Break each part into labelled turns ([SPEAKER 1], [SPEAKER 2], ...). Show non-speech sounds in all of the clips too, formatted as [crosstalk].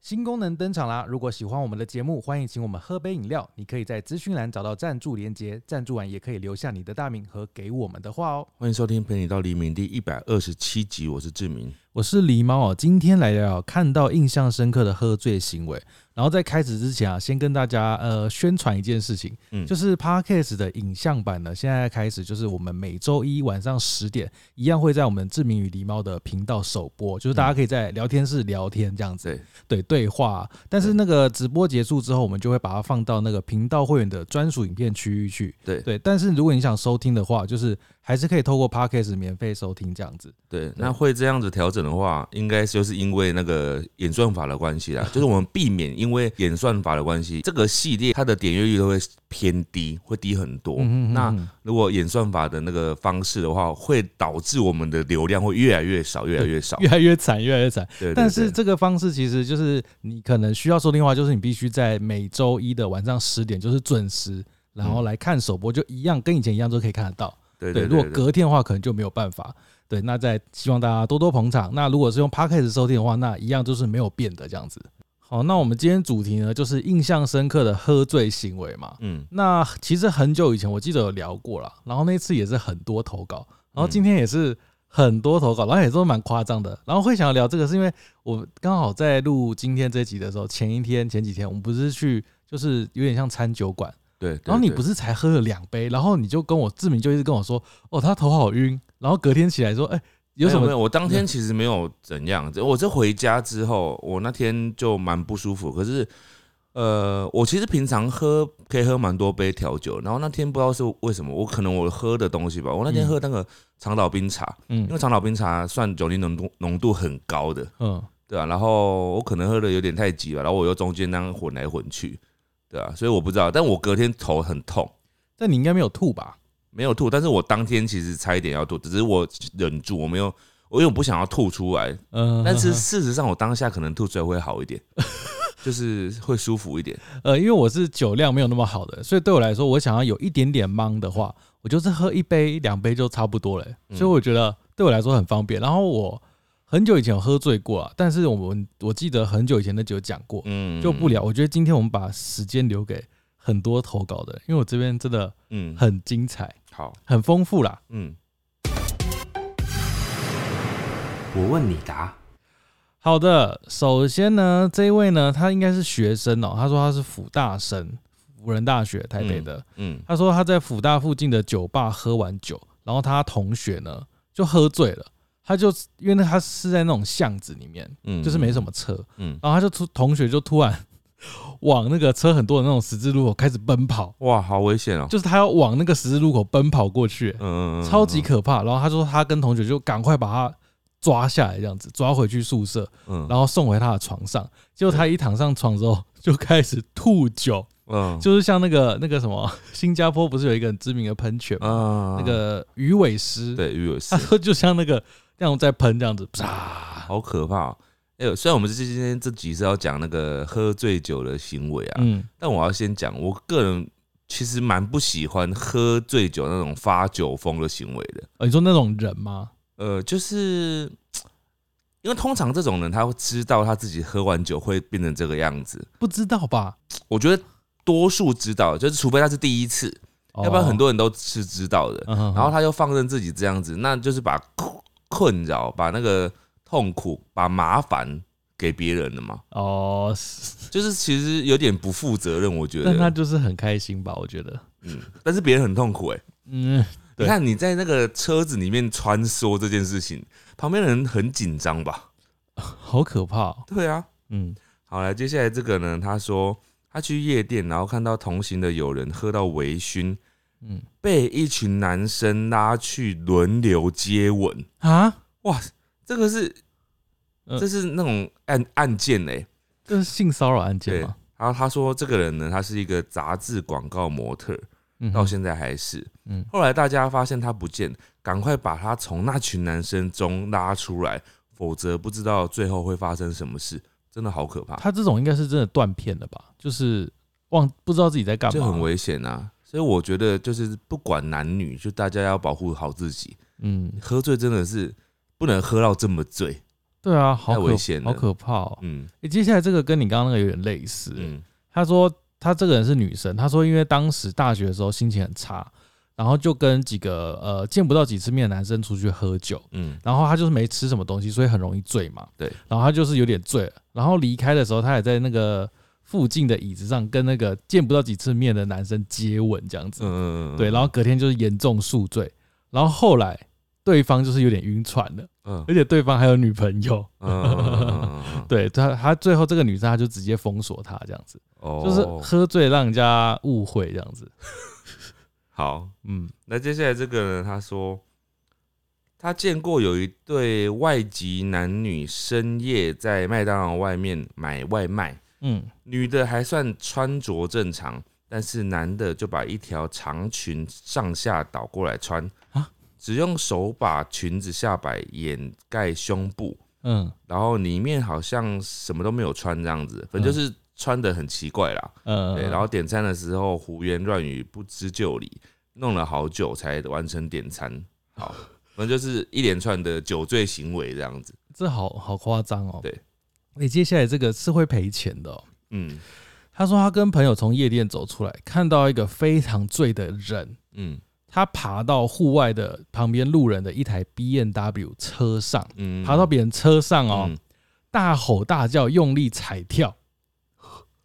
[SPEAKER 1] 新功能登场啦！如果喜欢我们的节目，欢迎请我们喝杯饮料。你可以在资讯栏找到赞助连结，赞助完也可以留下你的大名和给我们的话哦。
[SPEAKER 2] 欢迎收听《陪你到黎明》第一百二十七集，我是志明。
[SPEAKER 1] 我是狸猫哦，今天来聊聊看到印象深刻的喝醉行为。然后在开始之前啊，先跟大家呃宣传一件事情，
[SPEAKER 2] 嗯
[SPEAKER 1] 就是 Podcast 的影像版呢，现在开始就是我们每周一晚上十点一样会在我们志明与狸猫的频道首播，就是大家可以在聊天室聊天这样子，
[SPEAKER 2] 嗯对
[SPEAKER 1] 对对话。但是那个直播结束之后，我们就会把它放到那个频道会员的专属影片区域去。
[SPEAKER 2] 对
[SPEAKER 1] 对，但是如果你想收听的话，就是还是可以透过 Podcast 免费收听这样子。
[SPEAKER 2] 对，那会这样子调整的话，应该就是因为那个演算法的关系
[SPEAKER 1] [laughs]
[SPEAKER 2] 啦，就是我们避免因为演算法的关系，这个系列它的点阅率都会偏低，会低很多。
[SPEAKER 1] 嗯嗯嗯
[SPEAKER 2] 哦那如果演算法的那个方式的话，会导致我们的流量会越来越少，越来越少。
[SPEAKER 1] 越来越惨，越来越惨。
[SPEAKER 2] 对，对
[SPEAKER 1] 但是
[SPEAKER 2] 对
[SPEAKER 1] 这个方式其实就是你可能需要收听的话，就是你必须在每周一的晚上十点，就是准时，然后来看首播，就一样跟以前一样都可以看得到。
[SPEAKER 2] 嗯对
[SPEAKER 1] 对，
[SPEAKER 2] 对，
[SPEAKER 1] 如果
[SPEAKER 2] 对
[SPEAKER 1] 隔天的话，可能就没有办法。对，那再希望大家多多捧场。那如果是用 podcast 收听的话，那一样就是没有变的这样子。好，那我们今天主题呢，就是印象深刻的喝醉行为嘛。
[SPEAKER 2] 嗯，
[SPEAKER 1] 那其实很久以前我记得有聊过啦，然后那次也是很多投稿，然后今天也是很多投稿，然后也都蛮夸张的。然后会想要聊这个，是因为我刚好在录今天这集的时候，前一天前几天我们不是去就是有点像餐酒馆，
[SPEAKER 2] 对。对
[SPEAKER 1] 然后你
[SPEAKER 2] 对
[SPEAKER 1] 不是才喝了两杯，然后你就跟我哦志明就一直跟我说，哦他头好晕，然后隔天起来说，哎、有什
[SPEAKER 2] 没
[SPEAKER 1] 么嗯
[SPEAKER 2] 没有，我当天其实没有怎样，这我这回家之后，我那天就蛮不舒服。可是，呃，我其实平常喝可以喝蛮多杯调酒，然后那天不知道是为什么，我可能我喝的东西吧，我那天
[SPEAKER 1] 嗯
[SPEAKER 2] 喝那个长岛冰茶，
[SPEAKER 1] 嗯
[SPEAKER 2] 因为长岛冰茶算酒精浓度浓度很高的，
[SPEAKER 1] 嗯，
[SPEAKER 2] 对啊，然后我可能喝的有点太急了，然后我又中间那样混来混去，对啊，所以我不知道，但我隔天头很痛。
[SPEAKER 1] 但你应该没有吐吧？
[SPEAKER 2] 没有吐，但是我当天其实差一点要吐，只是我忍住，我没有，我因为我不想要吐出来，
[SPEAKER 1] 嗯，
[SPEAKER 2] 但是事实上，我当下可能吐出来会
[SPEAKER 1] [laughs]
[SPEAKER 2] 好一点，就是会舒服一点。
[SPEAKER 1] 呃，因为我是酒量没有那么好的，所以对我来说，我想要有一点点忙的话，我就是喝一杯两杯就差不多了、欸
[SPEAKER 2] 嗯
[SPEAKER 1] 所以我觉得对我来说很方便。然后我很久以前有喝醉过啊，但是我们我记得很久以前的酒讲过，
[SPEAKER 2] 嗯，
[SPEAKER 1] 就不聊。我觉得今天我们把时间留给很多投稿的，因为我这边真的
[SPEAKER 2] 嗯，
[SPEAKER 1] 很精彩，
[SPEAKER 2] 好，
[SPEAKER 1] 很丰富啦。
[SPEAKER 2] 嗯，
[SPEAKER 3] 我问你答。
[SPEAKER 1] 好的，首先呢，这一位呢，他应该是学生哦、他说他是辅大生，辅仁大学台北的。
[SPEAKER 2] 嗯，
[SPEAKER 1] 他说他在辅大附近的酒吧喝完酒，然后他同学呢就喝醉了，他就因为那他是在那种巷子里面，
[SPEAKER 2] 嗯，
[SPEAKER 1] 就是没什么车，
[SPEAKER 2] 嗯，
[SPEAKER 1] 然后他就突同学就突然往那个车很多的那种十字路口开始奔跑，
[SPEAKER 2] 哇，好危险哦。
[SPEAKER 1] 就是他要往那个十字路口奔跑过去，
[SPEAKER 2] 嗯，嗯嗯
[SPEAKER 1] 超级可怕。然后他说他跟同学就赶快把他抓下来，这样子抓回去宿舍，
[SPEAKER 2] 嗯，
[SPEAKER 1] 然后送回他的床上。结果他一躺上床之后就开始吐酒，
[SPEAKER 2] 嗯，
[SPEAKER 1] 就是像那个那个什么，新加坡不是有一个很知名的喷泉吗？
[SPEAKER 2] 啊
[SPEAKER 1] 那个鱼尾狮，， [laughs]
[SPEAKER 2] 对鱼尾狮
[SPEAKER 1] 他，啊说就像那个那种在喷这样子，啪，
[SPEAKER 2] 好可怕哦。哎呦，虽然我们这今天这集是要讲那个喝醉酒的行为啊，
[SPEAKER 1] 嗯
[SPEAKER 2] 但我要先讲，我个人其实蛮不喜欢喝醉酒那种发酒疯的行为的。
[SPEAKER 1] 哦你说那种人吗？
[SPEAKER 2] 呃，就是因为通常这种人，他会知道他自己喝完酒会变成这个样子。
[SPEAKER 1] 不知道吧？
[SPEAKER 2] 我觉得多数知道，就是除非他是第一次，要不然很多人都是知道的。
[SPEAKER 1] 哦，然
[SPEAKER 2] 然后他又放任自己这样子，那就是把困困扰、把那个痛苦、把麻烦给别人了嘛。
[SPEAKER 1] 哦，是
[SPEAKER 2] 就是其实有点不负责任，我觉
[SPEAKER 1] 但他
[SPEAKER 2] 得。
[SPEAKER 1] 就是很开心吧？我觉得，
[SPEAKER 2] 嗯，但是别人很痛苦哎、
[SPEAKER 1] 嗯，对
[SPEAKER 2] 你看你在那个车子里面穿梭这件事情，旁边的人很紧张吧？
[SPEAKER 1] 好可怕哦，
[SPEAKER 2] 对啊，
[SPEAKER 1] 嗯，
[SPEAKER 2] 好来，接下来这个呢，他说他去夜店，然后看到同行的友人喝到微醺，
[SPEAKER 1] 嗯
[SPEAKER 2] 嗯，被一群男生拉去轮流接吻，
[SPEAKER 1] 啊，
[SPEAKER 2] 哇，这个是，
[SPEAKER 1] 呃
[SPEAKER 2] 这是那种案案件嘞、
[SPEAKER 1] 这是性骚扰案件
[SPEAKER 2] 对
[SPEAKER 1] 吗？。
[SPEAKER 2] 然后他说，这个人呢，他是一个杂志广告模特，
[SPEAKER 1] 嗯
[SPEAKER 2] 到
[SPEAKER 1] 哼，
[SPEAKER 2] 现在还是。
[SPEAKER 1] 嗯
[SPEAKER 2] 后来大家发现他不见，赶快把他从那群男生中拉出来，否则不知道最后会发生什么事，真的好可怕。
[SPEAKER 1] 他这种应该是真的断片了吧？就是忘不知道自己在干嘛，
[SPEAKER 2] 就很危险啊。所以我觉得就是不管男女，就大家要保护好自己。
[SPEAKER 1] 嗯，
[SPEAKER 2] 喝醉真的是不能喝到这么醉，
[SPEAKER 1] 对啊，好
[SPEAKER 2] 太
[SPEAKER 1] 可
[SPEAKER 2] 危险
[SPEAKER 1] 好
[SPEAKER 2] 了
[SPEAKER 1] 可怕哦、
[SPEAKER 2] 嗯
[SPEAKER 1] 诶接下来这个跟你刚刚那个有点类似、
[SPEAKER 2] 嗯
[SPEAKER 1] 他说他这个人是女生，他说因为当时大学的时候心情很差，然后就跟几个呃见不到几次面的男生出去喝酒，
[SPEAKER 2] 嗯
[SPEAKER 1] 然后他就是没吃什么东西，所以很容易醉嘛。
[SPEAKER 2] 对，
[SPEAKER 1] 然后他就是有点醉了，然后离开的时候，他也在那个附近的椅子上跟那个见不到几次面的男生接吻这样子。
[SPEAKER 2] 嗯嗯，
[SPEAKER 1] 对，然后隔天就是严重宿醉，然后后来对方就是有点晕船了，
[SPEAKER 2] 嗯
[SPEAKER 1] 而且对方还有女朋友。
[SPEAKER 2] 嗯嗯，
[SPEAKER 1] 对他，他最后这个女生他就直接封锁他这样子，[laughs]
[SPEAKER 2] 哦
[SPEAKER 1] 就是喝醉让人家误会这样子。
[SPEAKER 2] 好，
[SPEAKER 1] 嗯，
[SPEAKER 2] 那接下来这个呢？他说，他见过有一对外籍男女深夜在麦当劳外面买外卖，
[SPEAKER 1] 嗯，
[SPEAKER 2] 女的还算穿着正常，但是男的就把一条长裙上下倒过来穿
[SPEAKER 1] 啊
[SPEAKER 2] 只用手把裙子下摆掩盖胸部，
[SPEAKER 1] 嗯
[SPEAKER 2] 然后里面好像什么都没有穿这样子，反
[SPEAKER 1] 嗯
[SPEAKER 2] 正就是穿的很奇怪啦。
[SPEAKER 1] 呃，
[SPEAKER 2] 对，然后点餐的时候胡言乱语、不知就里，弄了好久才完成点餐。好， [laughs] 反正就是一连串的酒醉行为这样子。
[SPEAKER 1] 这好好夸张哦。
[SPEAKER 2] 对，
[SPEAKER 1] 你接下来这个是会赔钱的、哦。
[SPEAKER 2] 嗯
[SPEAKER 1] 他说他跟朋友从夜店走出来，看到一个非常醉的人，
[SPEAKER 2] 嗯
[SPEAKER 1] 他爬到户外的旁边路人的一台 B N W 车上，
[SPEAKER 2] 嗯，
[SPEAKER 1] 爬到别人车上哦，
[SPEAKER 2] 嗯
[SPEAKER 1] 大吼大叫，用力踩跳，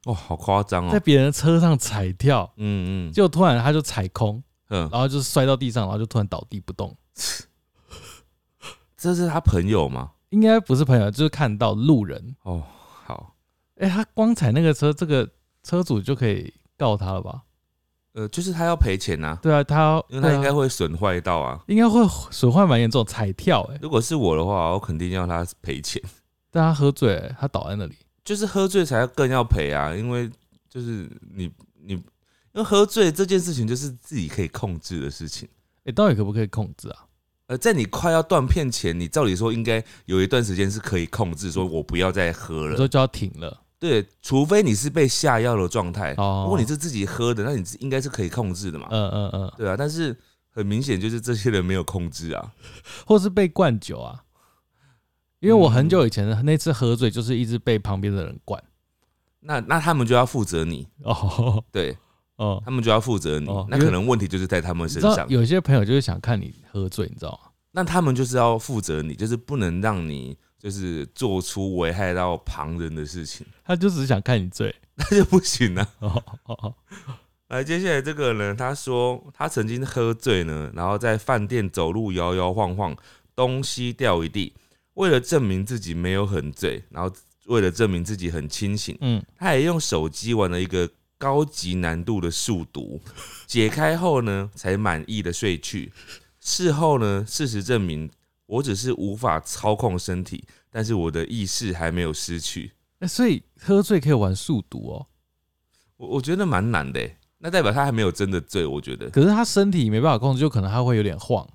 [SPEAKER 2] 哦，好夸张
[SPEAKER 1] 在
[SPEAKER 2] 哦。
[SPEAKER 1] 别人的车上踩跳，
[SPEAKER 2] 嗯嗯
[SPEAKER 1] 就突然他就踩空，
[SPEAKER 2] 嗯，
[SPEAKER 1] 然后就摔到地上，然后就突然倒地不动。
[SPEAKER 2] [laughs] 这是他朋友吗？
[SPEAKER 1] 应该不是朋友，就是看到路人。
[SPEAKER 2] 哦，好，
[SPEAKER 1] 哎、他光踩那个车，这个车主就可以告他了吧？
[SPEAKER 2] 呃，就是他要赔钱呐、
[SPEAKER 1] 对啊，他
[SPEAKER 2] 因为他应
[SPEAKER 1] 对
[SPEAKER 2] 该
[SPEAKER 1] 啊
[SPEAKER 2] 会损坏到啊。
[SPEAKER 1] 应该会损坏蛮严重，踩跳哎、
[SPEAKER 2] 如果是我的话，我肯定要他赔钱，
[SPEAKER 1] 但他喝醉、欸，他倒在那里。
[SPEAKER 2] 就是喝醉才更要赔啊，因为就是你你，因为喝醉这件事情就是自己可以控制的事情。
[SPEAKER 1] 哎、到底可不可以控制啊？
[SPEAKER 2] 呃，在你快要断片前，你照理说应该有一段时间是可以控制，说我不要再喝
[SPEAKER 1] 你
[SPEAKER 2] 了。
[SPEAKER 1] 说就要停了
[SPEAKER 2] 对，除非你是被下药的状态。
[SPEAKER 1] 哦。
[SPEAKER 2] 如果你是自己喝的，那你是应该是可以控制的嘛。
[SPEAKER 1] 嗯嗯嗯，
[SPEAKER 2] 对啊，但是很明显就是这些人没有控制啊。
[SPEAKER 1] 或是被灌酒啊？因为我
[SPEAKER 2] 嗯
[SPEAKER 1] 很久以前那次喝醉，就是一直被旁边的人灌。
[SPEAKER 2] 那那他们就要负责你，
[SPEAKER 1] 哦
[SPEAKER 2] 对
[SPEAKER 1] 哦，
[SPEAKER 2] 他们就要负责你。
[SPEAKER 1] 哦
[SPEAKER 2] 那
[SPEAKER 1] 因为
[SPEAKER 2] 可能问题就是在他们
[SPEAKER 1] 你知
[SPEAKER 2] 身
[SPEAKER 1] 道
[SPEAKER 2] 上，
[SPEAKER 1] 有些朋友就是想看你喝醉，你知道吗？
[SPEAKER 2] 那他们就是要负责你，就是不能让你就是做出危害到旁人的事情，
[SPEAKER 1] 他就只是想看你醉。
[SPEAKER 2] 那就不行啊。
[SPEAKER 1] 哦哦哦，
[SPEAKER 2] 来，接下来这个人，他说他曾经喝醉呢，然后在饭店走路摇摇晃晃，东西掉一地。为了证明自己没有很醉，然后为了证明自己很清醒，
[SPEAKER 1] 嗯，
[SPEAKER 2] 他也用手机玩了一个高级难度的数独，
[SPEAKER 1] [laughs]
[SPEAKER 2] 解开后呢，才满意的睡去。事后呢，事实证明我只是无法操控身体，但是我的意识还没有失去。
[SPEAKER 1] 欸所以喝醉可以玩数独哦，
[SPEAKER 2] 我我觉得蛮难的欸，那代表他还没有真的醉，我觉得。
[SPEAKER 1] 可是他身体没办法控制，就可能他会有点晃，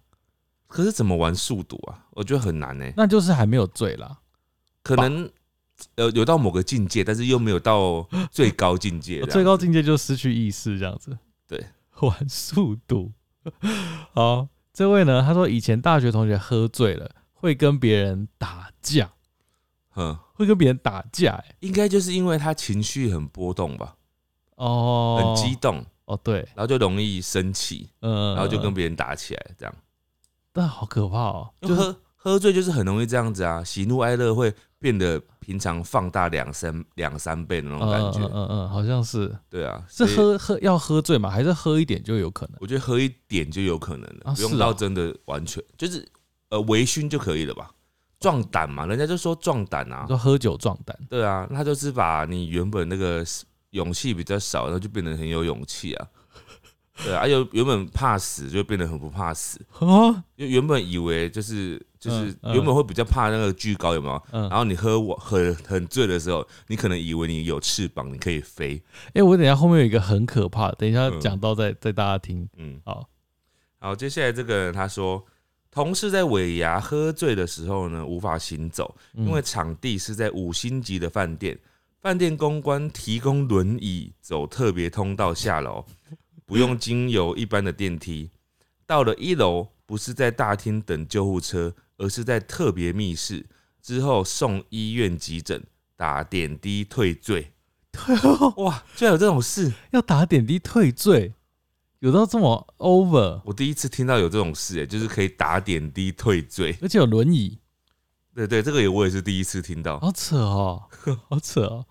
[SPEAKER 2] 可是怎么玩数独啊？我觉得很难呢、
[SPEAKER 1] 那就是还没有醉啦。
[SPEAKER 2] 可能呃有到某个境界，但是又没有到最高境界。
[SPEAKER 1] 哦最高境界就失去意识这样子。
[SPEAKER 2] 对，
[SPEAKER 1] 玩速度。 [laughs] 好，这位呢，他说以前大学同学喝醉了会跟别人打架，
[SPEAKER 2] 这样，嗯，
[SPEAKER 1] 会跟别人打架、欸，
[SPEAKER 2] 应该就是因为他情绪很波动吧，
[SPEAKER 1] 哦
[SPEAKER 2] 很，激动，
[SPEAKER 1] 哦，对，
[SPEAKER 2] 然后就容易生气，
[SPEAKER 1] 嗯，
[SPEAKER 2] 然后就跟，别人打起来，这样。
[SPEAKER 1] 但好可怕哦，
[SPEAKER 2] 就
[SPEAKER 1] 就是
[SPEAKER 2] 喝喝醉就是很容易这样子啊，喜怒哀乐会变得平常放大两三两三倍的那种感
[SPEAKER 1] 嗯嗯
[SPEAKER 2] 觉。
[SPEAKER 1] 嗯嗯，好像是
[SPEAKER 2] 对啊，
[SPEAKER 1] 是
[SPEAKER 2] 所以
[SPEAKER 1] 喝喝要喝醉嘛，还是喝一点就有可能？
[SPEAKER 2] 我觉得喝一点就有可能
[SPEAKER 1] 啊
[SPEAKER 2] 了，不
[SPEAKER 1] 是
[SPEAKER 2] 用
[SPEAKER 1] 哦
[SPEAKER 2] 到真的完全，就是呃微醺就可以了吧。壮胆嘛，人家就说壮胆啊
[SPEAKER 1] 你，说喝酒壮胆，
[SPEAKER 2] 对啊，那就是把你原本那个勇气比较少，然后就变得很有勇气啊。对啊，有原本怕死，就变得很不怕死。
[SPEAKER 1] 哦，
[SPEAKER 2] 就原本以为就是就是
[SPEAKER 1] 嗯嗯
[SPEAKER 2] 原本会比较怕那个巨高，有没有？
[SPEAKER 1] 嗯，
[SPEAKER 2] 然后你喝我很很醉的时候，你可能以为你有翅膀，你可以飞。
[SPEAKER 1] 哎，我等一下后面有一个很可怕的，等一下
[SPEAKER 2] 嗯
[SPEAKER 1] 讲到再再大家听。
[SPEAKER 2] 嗯，
[SPEAKER 1] 好，
[SPEAKER 2] 好，接下来这个人他说，同事在尾牙喝醉的时候呢，无法行走，
[SPEAKER 1] 因
[SPEAKER 2] 因为场地是在五星级的饭店，饭店公关提供轮椅走特别通道下楼，不用经由一般的电梯。到了一楼，不是在大厅等救护车，而是在特别密室，之后送医院急诊，打点滴退罪。哇，居然有这种事！
[SPEAKER 1] 要打点滴退罪，有到这么 over，
[SPEAKER 2] 我第一次听到有这种事、哎，就是可以打点滴退罪。
[SPEAKER 1] 而且有轮椅，
[SPEAKER 2] 对对，这个也我也是第一次听到。
[SPEAKER 1] 好扯
[SPEAKER 2] [laughs]
[SPEAKER 1] 哦，好扯哦。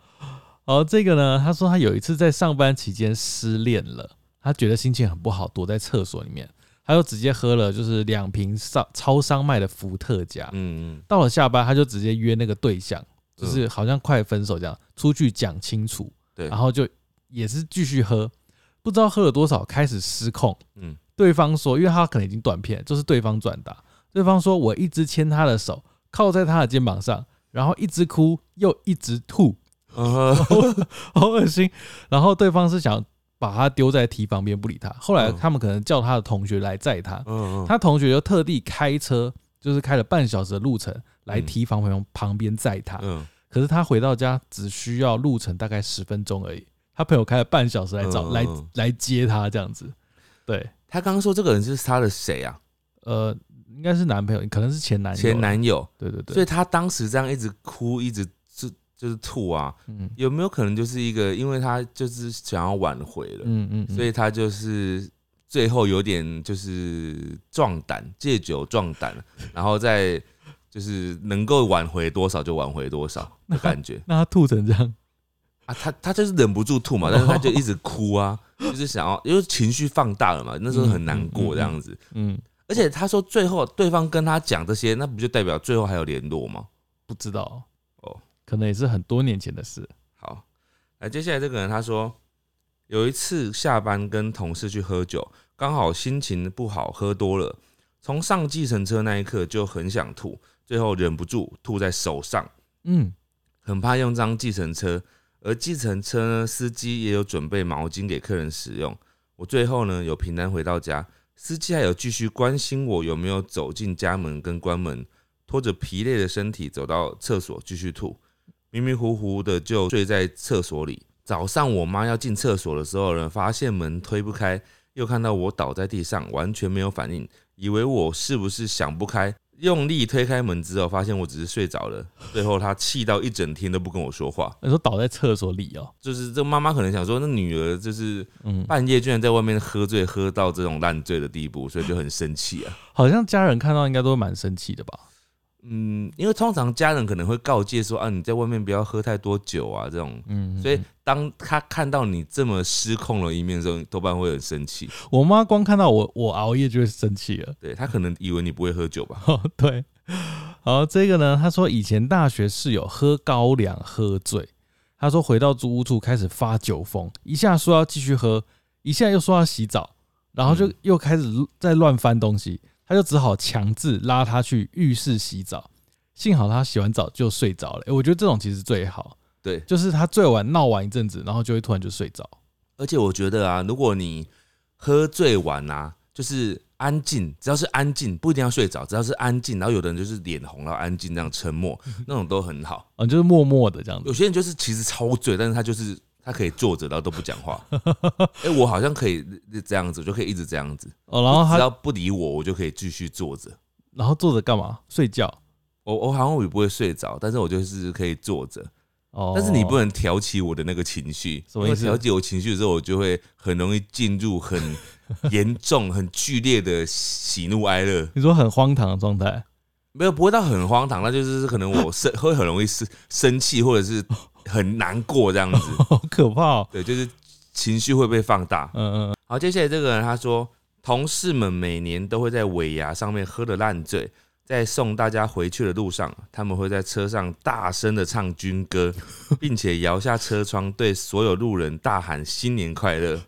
[SPEAKER 1] 好，这个呢，他说他有一次在上班期间失恋了，他觉得心情很不好，躲在厕所里面，他就直接喝了就是两瓶上超商卖的伏特加。
[SPEAKER 2] 嗯，
[SPEAKER 1] 到了下班，他就直接约那个对象，就是好像快分手这样，出去讲清楚。
[SPEAKER 2] 对
[SPEAKER 1] 然后就也是继续喝，不知道喝了多少，开始失控。
[SPEAKER 2] 嗯，
[SPEAKER 1] 对方说，因为他可能已经断片，就是对方转达。对方说我一直牵他的手，靠在他的肩膀上，然后一直哭又一直吐， [laughs]
[SPEAKER 2] 嗯，
[SPEAKER 1] 好好恶心。然后对方是想把他丢在堤旁边不理他。后来
[SPEAKER 2] 嗯
[SPEAKER 1] 他们可能叫他的同学来载 [laughs] 他，
[SPEAKER 2] 嗯，
[SPEAKER 1] 他同学就特地开车，就是开了半小时的路程来
[SPEAKER 2] 嗯
[SPEAKER 1] 提防朋友旁边载他。
[SPEAKER 2] 嗯，
[SPEAKER 1] 可是他回到家只需要路程大概十分钟而已，他朋友开了半小时来找、
[SPEAKER 2] 嗯
[SPEAKER 1] 来
[SPEAKER 2] 嗯
[SPEAKER 1] 来接他这样子。对，
[SPEAKER 2] 他刚刚说这个人是他的谁啊？
[SPEAKER 1] 呃，应该是男朋友，可能是前男友。
[SPEAKER 2] 前，男友，
[SPEAKER 1] 对对
[SPEAKER 2] 所
[SPEAKER 1] 对
[SPEAKER 2] 以，他当时这样一直哭，一直就就是吐啊，
[SPEAKER 1] 嗯
[SPEAKER 2] 有没有可能就是一个，因为他就是想要挽回了，
[SPEAKER 1] 嗯嗯，嗯
[SPEAKER 2] 所以他就是最后有点就是壮胆，借酒壮胆，然后再就是能够挽回多少就挽回多少的感觉
[SPEAKER 1] 那他吐成这样，
[SPEAKER 2] 啊。他他就是忍不住吐嘛，但是他就一直哭啊， [laughs] 就是想要，因为情绪放大了嘛，那时候很难过这样子。
[SPEAKER 1] 嗯，
[SPEAKER 2] 而且他说最后对方跟他讲这些，那不就代表最后还有联络吗？
[SPEAKER 1] 不知道
[SPEAKER 2] 哦，
[SPEAKER 1] 可能也是很多年前的事。
[SPEAKER 2] 好，那接下来这个人他说，有一次下班跟同事去喝酒，刚好心情不好，喝多了，从上计程车那一刻就很想吐，最后忍不住吐在手上，
[SPEAKER 1] 嗯，
[SPEAKER 2] 很怕用脏计程车，而计程车呢司机也有准备毛巾给客人使用。我最后呢有平安回到家，司机还有继续关心我有没有走进家门跟关门，拖着疲累的身体走到厕所继续吐，迷迷糊糊的就睡在厕所里。早上我妈要进厕所的时候呢，发现门推不开，又看到我倒在地上，完全没有反应，以为我是不是想不开，用力推开门之后，发现我只是睡着了。最后她气到一整天都不跟我说话，
[SPEAKER 1] 你说倒在厕所里哦，
[SPEAKER 2] 就是这妈妈可能想说，那女儿就是
[SPEAKER 1] 嗯，
[SPEAKER 2] 半夜居然在外面喝醉，喝到这种烂醉的地步，所以就很生气啊。
[SPEAKER 1] 好像家人看到应该都会蛮生气的吧？
[SPEAKER 2] 嗯，因为通常家人可能会告诫说啊，你在外面不要喝太多酒啊，这种。
[SPEAKER 1] 嗯，
[SPEAKER 2] 所以当他看到你这么失控的一面的时候，多半会很生气。
[SPEAKER 1] 我妈光看到我我熬夜就会生气了。
[SPEAKER 2] 对他可能以为你不会喝酒吧？
[SPEAKER 1] 哦， [laughs] 对。好，这个呢，他说以前大学室友喝高粱喝醉，他说回到租屋处开始发酒疯，一下说要继续喝，一下又说要洗澡，然后就
[SPEAKER 2] 嗯
[SPEAKER 1] 又开始在乱翻东西，他就只好强制拉他去浴室洗澡。幸好他洗完澡就睡着了、诶我觉得这种其实最好，
[SPEAKER 2] 对，
[SPEAKER 1] 就是他醉完闹完一阵子，然后就会突然就睡着。
[SPEAKER 2] 而且我觉得啊，如果你喝醉完啊，就是安静，只要是安静，不一定要睡着，只要是安静，然后有的人就是脸红，然后安静这样沉默，那种都很好。
[SPEAKER 1] 嗯，就是默默的这样子
[SPEAKER 2] 有。些人就是其实超醉，但是他就是他可以坐着，然后都不讲话。哎、我好像可以这样子，我就可以一直这样子，
[SPEAKER 1] 哦，然后
[SPEAKER 2] 只
[SPEAKER 1] 他，
[SPEAKER 2] 要不理我，我就可以继续坐着。
[SPEAKER 1] 然后坐着干嘛？睡觉。
[SPEAKER 2] 我我好像也不会睡着，但是我就是可以坐着。
[SPEAKER 1] 哦，
[SPEAKER 2] 但是你不能挑起我的那个情绪，
[SPEAKER 1] 什
[SPEAKER 2] 因
[SPEAKER 1] 么
[SPEAKER 2] 为
[SPEAKER 1] 意思
[SPEAKER 2] 挑起我情绪的时候，我就会很容易进入很严重、很剧烈的喜怒哀乐。
[SPEAKER 1] 你说很荒唐的状态。
[SPEAKER 2] 没有，不会到很荒唐，那就是可能
[SPEAKER 1] [laughs]
[SPEAKER 2] 我生会很容易生生气，或者是很难过这样子。
[SPEAKER 1] 好可怕、哦。
[SPEAKER 2] 对，就是情绪会被放大。
[SPEAKER 1] 嗯嗯
[SPEAKER 2] 好，接下来这个人他说，同事们每年都会在尾牙上面喝的烂醉，在送大家回去的路上，他们会在车上大声的唱军歌，
[SPEAKER 1] [laughs]
[SPEAKER 2] 并且摇下车窗对所有路人大喊新年快乐，
[SPEAKER 1] 嗯，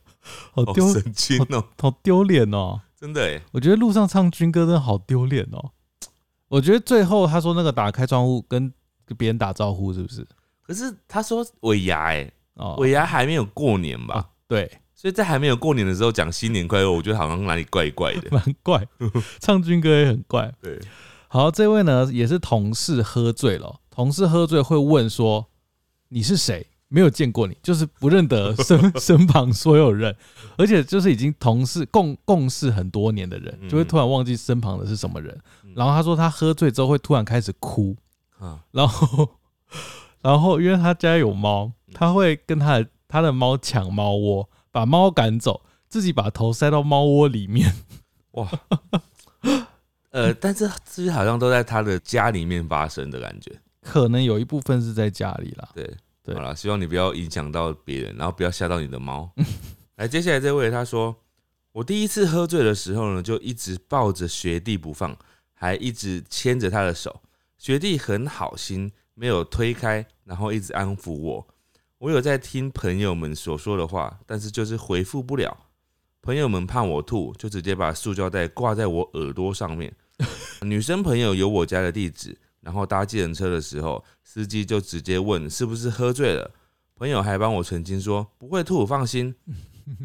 [SPEAKER 1] 好
[SPEAKER 2] 好
[SPEAKER 1] 丢，
[SPEAKER 2] 神经哦、
[SPEAKER 1] 好丢脸哦！
[SPEAKER 2] 真的哎，
[SPEAKER 1] 我觉得路上唱军歌真的好丢脸哦。我觉得最后他说那个打开窗户跟别人打招呼是不是？
[SPEAKER 2] 可是他说尾牙哎，
[SPEAKER 1] 哦，
[SPEAKER 2] 尾牙还没有过年吧
[SPEAKER 1] 啊？，对，
[SPEAKER 2] 所以在还没有过年的时候讲新年快乐，我觉得好像哪里怪怪
[SPEAKER 1] [laughs]
[SPEAKER 2] 的。
[SPEAKER 1] 蛮
[SPEAKER 2] [laughs]
[SPEAKER 1] 怪，唱军歌也很怪。
[SPEAKER 2] 对，
[SPEAKER 1] 好，这位呢也是同事喝醉了哦，同事喝醉会问说你是谁？没有见过你，就是不认得身 [laughs] 身旁所有人，而且就是已经同事共共事很多年的人，就会
[SPEAKER 2] 嗯
[SPEAKER 1] 突然忘记身旁的是什么人。
[SPEAKER 2] 嗯
[SPEAKER 1] 然后他说他喝醉之后会突然开始哭，
[SPEAKER 2] 嗯
[SPEAKER 1] [laughs] 然后然后因为他家有猫，
[SPEAKER 2] 嗯
[SPEAKER 1] 他会跟他的他的猫抢猫窝，把猫赶走，自己把头塞到猫窝里面。
[SPEAKER 2] 哇， [laughs] 呃，但是这些好像都在他的家里面发生的感觉。
[SPEAKER 1] 可能有一部分是在家里啦，
[SPEAKER 2] 对，
[SPEAKER 1] 对
[SPEAKER 2] 好了，希望你不要影响到别人，然后不要吓到你的猫。 [laughs] 来，接下来这位他说，我第一次喝醉的时候呢，就一直抱着学弟不放，还一直牵着他的手。学弟很好心，没有推开，然后一直安抚我。我有在听朋友们所说的话，但是就是回复不了。朋友们怕我吐，就直接把塑胶袋挂在我耳朵上面。 [laughs] 女生朋友有我家的地址，然后搭计程车的时候，司机就直接问是不是喝醉了。朋友还帮我澄清说不会吐，放心。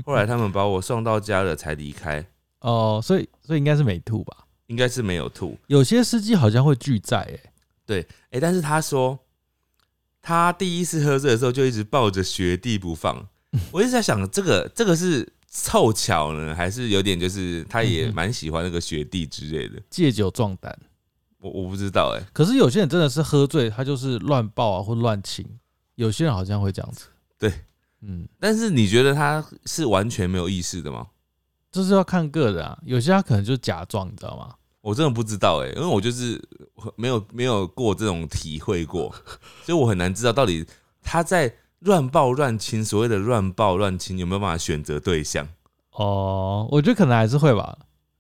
[SPEAKER 2] 后来他们把我送到家了才离开，
[SPEAKER 1] 哦、所以所以应该是没吐吧？
[SPEAKER 2] 应该是没有吐。
[SPEAKER 1] 有些司机好像会拒载、欸，
[SPEAKER 2] 诶，但是他说他第一次喝醉的时候就一直抱着学弟不放，我一直在想这个这个是凑巧呢，还是有点就是他也蛮喜欢那个学弟之类的，
[SPEAKER 1] 借酒壮胆。
[SPEAKER 2] 我我不知道诶，
[SPEAKER 1] 可是有些人真的是喝醉，他就是乱抱啊或乱亲，有些人好像会这样子。
[SPEAKER 2] 对，
[SPEAKER 1] 嗯，
[SPEAKER 2] 但是你觉得他是完全没有意识的吗？
[SPEAKER 1] 这是要看个人啊，有些他可能就假装，你知道吗？
[SPEAKER 2] 我真的不知道哎、因为我就是没有没有过这种体会过，所以我很难知道到底他在乱抱乱亲，所谓的乱抱乱亲有没有办法选择对象？
[SPEAKER 1] 哦，我觉得可能还是会吧。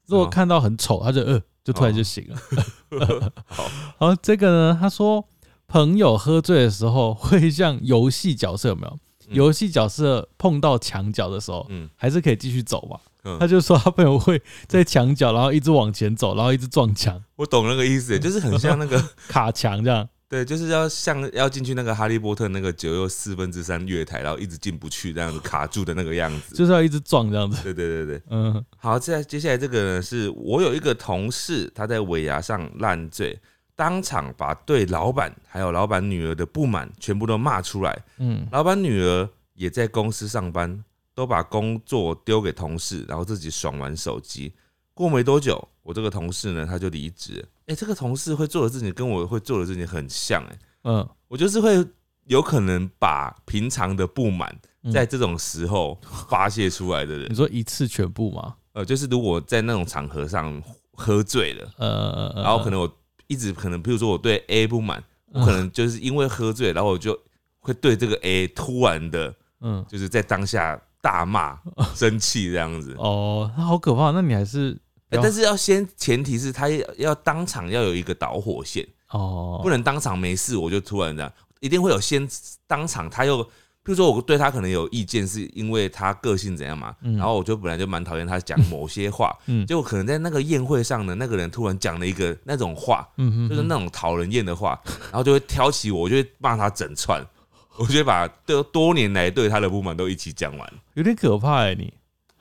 [SPEAKER 1] 如果
[SPEAKER 2] 是吗
[SPEAKER 1] 看到很丑，他就呃，就突然就
[SPEAKER 2] 嗯哦
[SPEAKER 1] 醒了。
[SPEAKER 2] [laughs] 好，
[SPEAKER 1] 然后这个呢，他说朋友喝醉的时候会像游戏角色有没有？
[SPEAKER 2] 嗯
[SPEAKER 1] 游戏角色碰到墙角的时候，
[SPEAKER 2] 嗯
[SPEAKER 1] 还是可以继续走嘛？他
[SPEAKER 2] 嗯，
[SPEAKER 1] 就说他朋友会在墙角，然后一直往前走，然后一直撞
[SPEAKER 2] [laughs]
[SPEAKER 1] 墙、
[SPEAKER 2] 我懂那个意思欸、就是很像那个， [laughs]
[SPEAKER 1] 卡墙这样。
[SPEAKER 2] 对，就是要像要进去那个哈利波特那个九又四分之三月台，然后一直进不去，这样子卡住的那个样子。
[SPEAKER 1] 就是要一直撞这样
[SPEAKER 2] [laughs]
[SPEAKER 1] 子。
[SPEAKER 2] 对对对对，
[SPEAKER 1] 嗯，
[SPEAKER 2] 好，再接下来这个呢，是我有一个同事，他在尾牙上烂醉，当场把对老板还有老板女儿的不满全部都骂出来。
[SPEAKER 1] 嗯，
[SPEAKER 2] 老板女儿也在公司上班，都把工作丢给同事，然后自己爽玩手机。过没多久，我这个同事呢，他就离职了。哎、这个同事会做的事情跟我会做的事情很像、哎，
[SPEAKER 1] 嗯，
[SPEAKER 2] 我就是会有可能把平常的不满
[SPEAKER 1] 嗯
[SPEAKER 2] 在这种时候发泄出来的人。
[SPEAKER 1] 你说一次全部吗？
[SPEAKER 2] 呃，就是如果在那种场合上喝醉了，
[SPEAKER 1] 呃，
[SPEAKER 2] 然后可能我一直可能，譬如说我对 A 不满，我可能就是因为喝醉，然后我就会对这个 A 突然的，
[SPEAKER 1] 嗯，
[SPEAKER 2] 就是在当下大骂、生气这样子。
[SPEAKER 1] 哦，那好可怕。那你还是不
[SPEAKER 2] 欸
[SPEAKER 1] 要
[SPEAKER 2] 但是要先前提是他要要当场要有一个导火线，
[SPEAKER 1] 哦，
[SPEAKER 2] 不能当场没事我就突然这样，一定会有先当场他又。譬如说，我对他可能有意见，是因为他个性怎样嘛，
[SPEAKER 1] 嗯
[SPEAKER 2] 然后我就本来就蛮讨厌他讲某些话，
[SPEAKER 1] 嗯
[SPEAKER 2] 结果可能在那个宴会上呢，那个人突然讲了一个那种话，
[SPEAKER 1] 嗯嗯，
[SPEAKER 2] 就是那种讨人厌的话，然后就会挑起我，我就会骂他整串， [laughs] 我就会把多多年来对他的不满都一起讲完。
[SPEAKER 1] 有点可怕哎、你。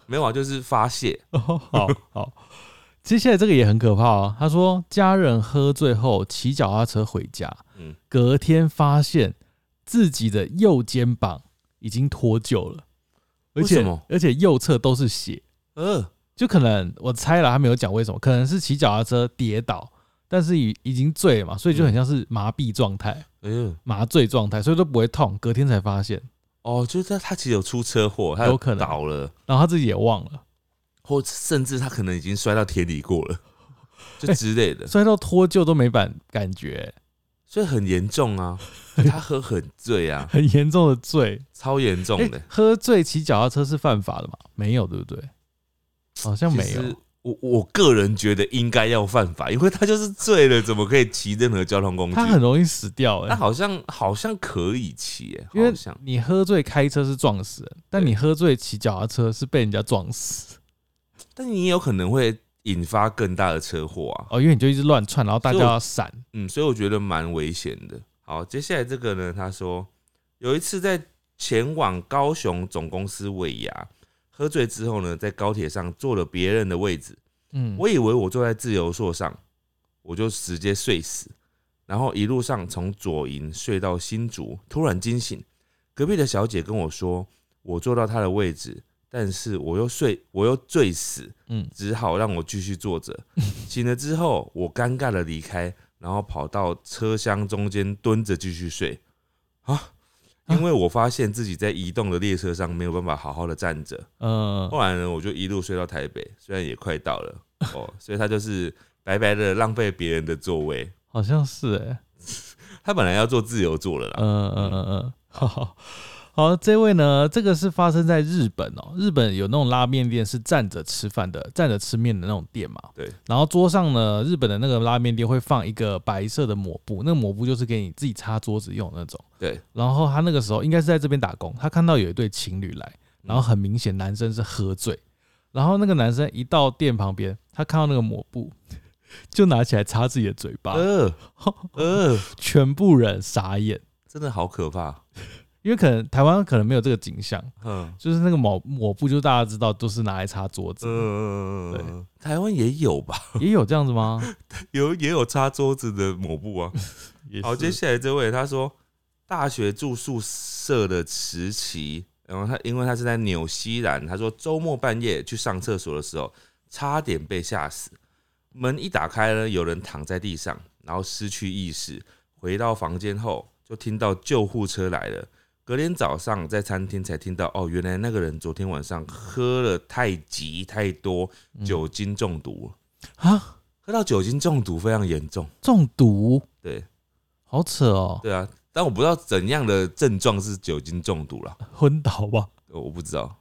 [SPEAKER 2] 没有啊，就是发泄。
[SPEAKER 1] 哦， [laughs] 好好。接下来这个也很可怕哦。他说，家人喝醉后骑脚踏车回家，
[SPEAKER 2] 嗯
[SPEAKER 1] 隔天发现自己的右肩膀已经脱臼了，而
[SPEAKER 2] 为
[SPEAKER 1] 且
[SPEAKER 2] 什么
[SPEAKER 1] 而且右侧都是血。
[SPEAKER 2] 呃，
[SPEAKER 1] 就可能我猜了，他没有讲为什么，可能是骑脚踏车跌倒，但是已已经醉了嘛，所以就很像是麻痹状态、
[SPEAKER 2] 哎呦，
[SPEAKER 1] 麻醉状态，所以都不会痛，隔天才发现，
[SPEAKER 2] 哦，就是他他其实有出车祸，他
[SPEAKER 1] 有可能
[SPEAKER 2] 倒了，
[SPEAKER 1] 然后他自己也忘了，
[SPEAKER 2] 或甚至他可能已经摔到田里过了，就之类的，
[SPEAKER 1] 摔到脱臼都没感感觉、
[SPEAKER 2] 所以很严重啊。他喝很醉啊，
[SPEAKER 1] 很严重的醉。
[SPEAKER 2] 超严重的
[SPEAKER 1] 诶。喝醉骑脚踏车是犯法的嘛？没有，对不对？好像没
[SPEAKER 2] 其
[SPEAKER 1] 有
[SPEAKER 2] 实。我我个人觉得应该要犯法，因为他就是醉了，怎么可以骑任何交通工具？
[SPEAKER 1] 他很容易死掉、
[SPEAKER 2] 那
[SPEAKER 1] 欸，
[SPEAKER 2] 好像好像可以骑、欸，
[SPEAKER 1] 因为
[SPEAKER 2] 好像
[SPEAKER 1] 你喝醉开车是撞死人，但
[SPEAKER 2] 对
[SPEAKER 1] 你喝醉骑脚踏车是被人家撞死
[SPEAKER 2] 但你也有可能会引发更大的车祸啊。
[SPEAKER 1] 哦，因为你就一直乱窜，然后大家
[SPEAKER 2] 所以我
[SPEAKER 1] 要闪，
[SPEAKER 2] 嗯，所以我觉得蛮危险的。好，接下来这个呢，他说有一次在前往高雄总公司尾牙，喝醉之后呢，在高铁上坐了别人的位置，
[SPEAKER 1] 嗯，
[SPEAKER 2] 我以为我坐在自由座上，我就直接睡死。然后一路上从左营睡到新竹，突然惊醒，隔壁的小姐跟我说，我坐到她的位置，但是我又睡，我又醉死，
[SPEAKER 1] 嗯
[SPEAKER 2] 只好让我继续坐着。醒了之后，我尴尬的离开，然后跑到车厢中间蹲着继续睡啊，因为我发现自己在移动的列车上没有办法好好的站着。
[SPEAKER 1] 嗯，
[SPEAKER 2] 后来呢，我就一路睡到台北，虽然也快到了哦，所以他就是白白的浪费别人的座位。
[SPEAKER 1] 好像是哎、
[SPEAKER 2] 他本来要做自由座了啦，
[SPEAKER 1] 嗯嗯嗯嗯，好。好，这位呢，这个是发生在日本哦。日本有那种拉面店是站着吃饭的，站着吃面的那种店嘛。
[SPEAKER 2] 对。
[SPEAKER 1] 然后桌上呢，日本的那个拉面店会放一个白色的抹布，那个抹布就是给你自己擦桌子用的那种。
[SPEAKER 2] 对。
[SPEAKER 1] 然后他那个时候应该是在这边打工，他看到有一对情侣来，然后很明显男生是喝醉，然后那个男生一到店旁边，他看到那个抹布，就拿起来擦自己的嘴巴，
[SPEAKER 2] 呃呃，
[SPEAKER 1] 全部人傻眼。
[SPEAKER 2] 真的好可怕。
[SPEAKER 1] 因为可能台湾可能没有这个景象，
[SPEAKER 2] 嗯
[SPEAKER 1] 就是那个抹抹布，就是大家知道都是拿来擦桌子，
[SPEAKER 2] 嗯，
[SPEAKER 1] 对
[SPEAKER 2] 呃台湾也有吧？ [laughs]
[SPEAKER 1] 也有这样子吗？
[SPEAKER 2] 有也有擦桌子的抹布啊。
[SPEAKER 1] 也
[SPEAKER 2] 好，接下来这位他说，大学住宿舍的时期，然后他因为他是在纽西兰，他说周末半夜去上厕所的时候，差点被吓死。门一打开呢，有人躺在地上，然后失去意识。回到房间后，就听到救护车来了。隔天早上在餐厅才听到，哦，原来那个人昨天晚上喝了太急太多，酒精中毒，
[SPEAKER 1] 啊，
[SPEAKER 2] 喝到酒精中毒非常严重。
[SPEAKER 1] 中毒，
[SPEAKER 2] 对，
[SPEAKER 1] 好扯哦，
[SPEAKER 2] 对啊，但我不知道怎样的症状是酒精中毒啦，
[SPEAKER 1] 昏倒吧。
[SPEAKER 2] 呃我不知道。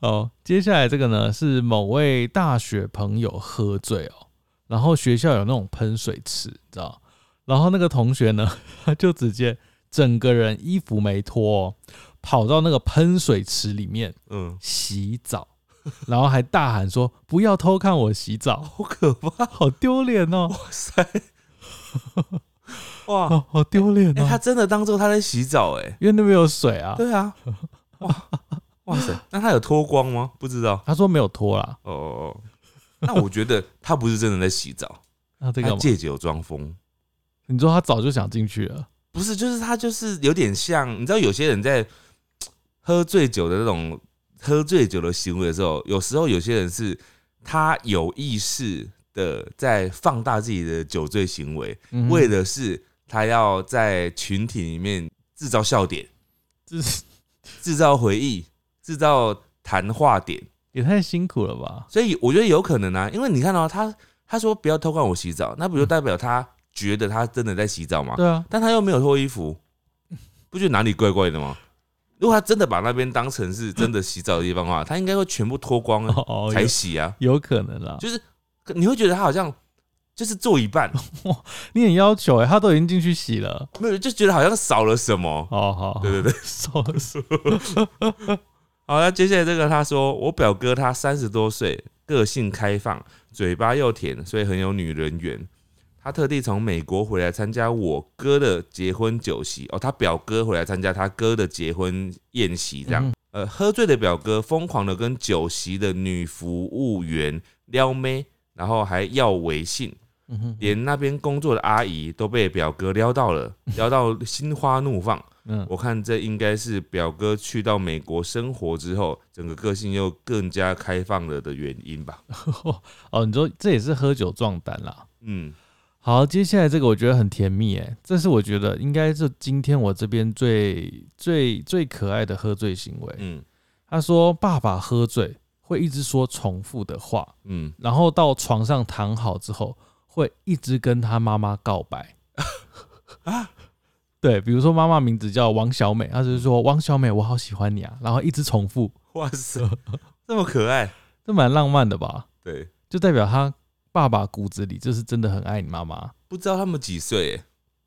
[SPEAKER 1] 哦，接下来这个呢是某位大学朋友喝醉哦，然后学校有那种喷水池，你知道？然后那个同学呢， [laughs] 他就直接整个人衣服没脱、哦，跑到那个喷水池里面
[SPEAKER 2] 嗯，
[SPEAKER 1] 洗澡，然后还大喊说：“不要偷看我洗澡，
[SPEAKER 2] 好可怕！
[SPEAKER 1] 好丢脸哦！”
[SPEAKER 2] 哇塞，哇，
[SPEAKER 1] 哦，好丢脸
[SPEAKER 2] 哎、他
[SPEAKER 1] 啊！
[SPEAKER 2] 真的当做他在洗澡哎、
[SPEAKER 1] 因为那边有水啊。
[SPEAKER 2] 对啊，哇哇塞，那他有脱光吗？不知道。
[SPEAKER 1] 他说没有脱啦，
[SPEAKER 2] 哦哦哦，那我觉得他不是真的在洗澡，
[SPEAKER 1] 那这个
[SPEAKER 2] 他
[SPEAKER 1] 嘛，
[SPEAKER 2] 借酒装疯。
[SPEAKER 1] 你说他早就想进去了，
[SPEAKER 2] 不是，就是他就是有点像，你知道有些人在喝醉酒的那种喝醉酒的行为的时候，有时候有些人是他有意识的在放大自己的酒醉行为，
[SPEAKER 1] 嗯哼
[SPEAKER 2] 为的是他要在群体里面制造笑点、
[SPEAKER 1] 这是
[SPEAKER 2] 制造回忆、制造谈话点，
[SPEAKER 1] 也太辛苦了吧？
[SPEAKER 2] 所以我觉得有可能啊，因为你看到、他他说不要偷看我洗澡，那不就代表他觉得他真的在洗澡吗？
[SPEAKER 1] 对啊，
[SPEAKER 2] 但他又没有脱衣
[SPEAKER 1] [laughs]
[SPEAKER 2] 服，不觉得哪里怪怪的吗？如果他真的把那边当成是真的洗澡的地方的话，他应该会全部脱光
[SPEAKER 1] 哦哦，
[SPEAKER 2] 嗯才洗啊。
[SPEAKER 1] 有有可能啦。
[SPEAKER 2] 就是可你会觉得他好像就是做一
[SPEAKER 1] [laughs]
[SPEAKER 2] 半，
[SPEAKER 1] 你很要求哎、他都已经进去洗了。
[SPEAKER 2] 没有就觉得好像少了什么。
[SPEAKER 1] 哦，好，
[SPEAKER 2] 对对对，
[SPEAKER 1] 少了 [laughs] 手
[SPEAKER 2] 好，那接下来这个他说，我表哥他三十多岁，个性开放，嘴巴又甜，所以很有女人缘。他特地从美国回来参加我哥的结婚酒席哦，他表哥回来参加他哥的结婚宴席，这样。
[SPEAKER 1] 嗯
[SPEAKER 2] 呃，喝醉的表哥疯狂的跟酒席的女服务员撩妹，然后还要微信，
[SPEAKER 1] 嗯哼
[SPEAKER 2] 连那边工作的阿姨都被表哥撩到了，撩到心花怒放。
[SPEAKER 1] 嗯，
[SPEAKER 2] 我看这应该是表哥去到美国生活之后，整个个性又更加开放了的原因吧。
[SPEAKER 1] 哦，你说这也是喝酒壮胆啦。
[SPEAKER 2] 嗯，
[SPEAKER 1] 好，接下来这个我觉得很甜蜜哎、这是我觉得应该是今天我这边最最最可爱的喝醉行为。
[SPEAKER 2] 嗯
[SPEAKER 1] 他说爸爸喝醉会一直说重复的话，
[SPEAKER 2] 嗯，
[SPEAKER 1] 然后到床上躺好之后，会一直跟他妈妈告白啊。 [laughs] 对，比如说妈妈名字叫王小美，她就是说王小美，我好喜欢你啊，然后一直重复，
[SPEAKER 2] 哇塞，这么可爱。
[SPEAKER 1] 这蛮浪漫的吧？
[SPEAKER 2] [laughs] 对，
[SPEAKER 1] 就代表他爸爸骨子里就是真的很爱你妈妈，
[SPEAKER 2] 不知道他们几岁耶，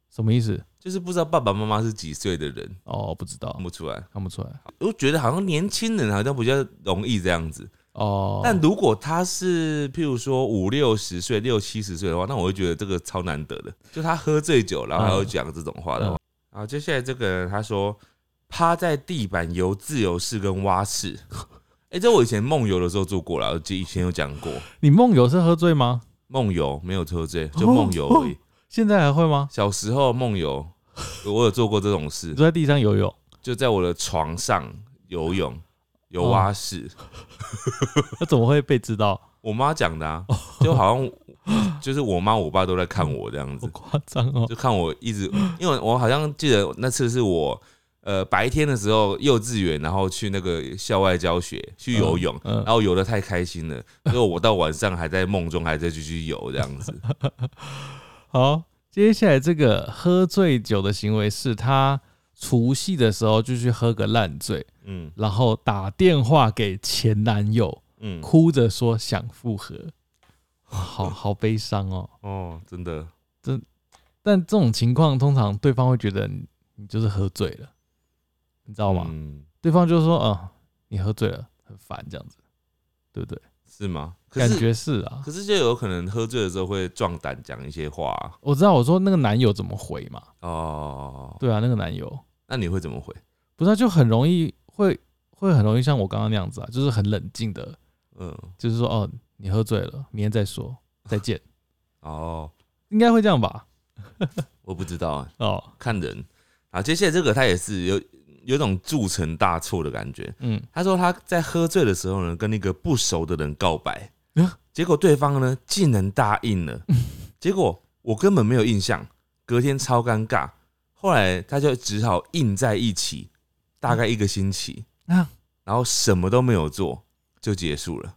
[SPEAKER 1] 什么意思？
[SPEAKER 2] 就是不知道爸爸妈妈是几岁的人，
[SPEAKER 1] 哦，不知道
[SPEAKER 2] 看，不出来。
[SPEAKER 1] 看不出来
[SPEAKER 2] 我觉得好像年轻人好像比较容易这样子，
[SPEAKER 1] 哦。
[SPEAKER 2] 但如果他是譬如说五六十岁、六七十岁的话，那我会觉得这个超难得的，就他喝醉酒然后还会讲这种话的话。啊，接下来这个人他说趴在地板游自由式跟蛙式， [laughs] 哎、这我以前梦游的时候做过了，我记以前有讲过，
[SPEAKER 1] 你梦游是喝醉吗？
[SPEAKER 2] 梦游没有喝醉，就梦游而已。
[SPEAKER 1] 现在还会吗？
[SPEAKER 2] 小时候梦游，我有做过这种事
[SPEAKER 1] 你，坐在地上游泳，
[SPEAKER 2] 就在我的床上游泳，游蛙式。
[SPEAKER 1] 那怎么会被知道？哦
[SPEAKER 2] 我妈讲的啊，就好像 [coughs] 就是我妈我爸都在看我这样
[SPEAKER 1] 好
[SPEAKER 2] 子，
[SPEAKER 1] 夸张哦！
[SPEAKER 2] 就看我一直，因为我好像记得那次是我呃白天的时候幼稚园，然后去那个校外教学去游泳，
[SPEAKER 1] 嗯嗯
[SPEAKER 2] 然后游的太开心了，所以我到晚上还在梦中还在继续游这样
[SPEAKER 1] [laughs]
[SPEAKER 2] 子。
[SPEAKER 1] 好，接下来这个喝醉酒的行为是他除夕的时候就去喝个烂醉，
[SPEAKER 2] 嗯
[SPEAKER 1] 然后打电话给前男友，
[SPEAKER 2] 嗯，
[SPEAKER 1] 哭着说想复合，
[SPEAKER 2] [laughs]
[SPEAKER 1] 好好悲伤哦。
[SPEAKER 2] 哦，真的，
[SPEAKER 1] 但这种情况通常对方会觉得你你就是喝醉了，你知道吗？
[SPEAKER 2] 嗯，
[SPEAKER 1] 对方就说：“啊、你喝醉了，很烦这样子，对不对？”
[SPEAKER 2] 是吗？可
[SPEAKER 1] 感
[SPEAKER 2] 是
[SPEAKER 1] 觉是啊
[SPEAKER 2] 可。是就有可能喝醉的时候会壮胆讲一些话啊
[SPEAKER 1] 我知道，我说那个男友怎么回嘛？
[SPEAKER 2] 哦。
[SPEAKER 1] 对啊，那个男友
[SPEAKER 2] 那你会怎么回？
[SPEAKER 1] 不是、啊、就很容易会会很容易像我刚刚那样子啊，就是很冷静的，
[SPEAKER 2] 嗯，
[SPEAKER 1] 就是说哦，你喝醉了，明天再说，再见， [laughs]
[SPEAKER 2] 哦，
[SPEAKER 1] 应该会这样吧？
[SPEAKER 2] 我不知道啊，
[SPEAKER 1] 哦，
[SPEAKER 2] 看人。啊，接下来这个他也是有有种铸成大错的感觉。
[SPEAKER 1] 嗯， [laughs]
[SPEAKER 2] 他说他在喝醉的时候呢，跟那个不熟的人告白
[SPEAKER 1] 啊，
[SPEAKER 2] 结果对方呢竟然答应了，
[SPEAKER 1] 嗯
[SPEAKER 2] [laughs] 结果我根本没有印象，隔天超尴尬。后来他就只好硬在一起，大概一个星期
[SPEAKER 1] 啊
[SPEAKER 2] 然后什么都没有做就结束了，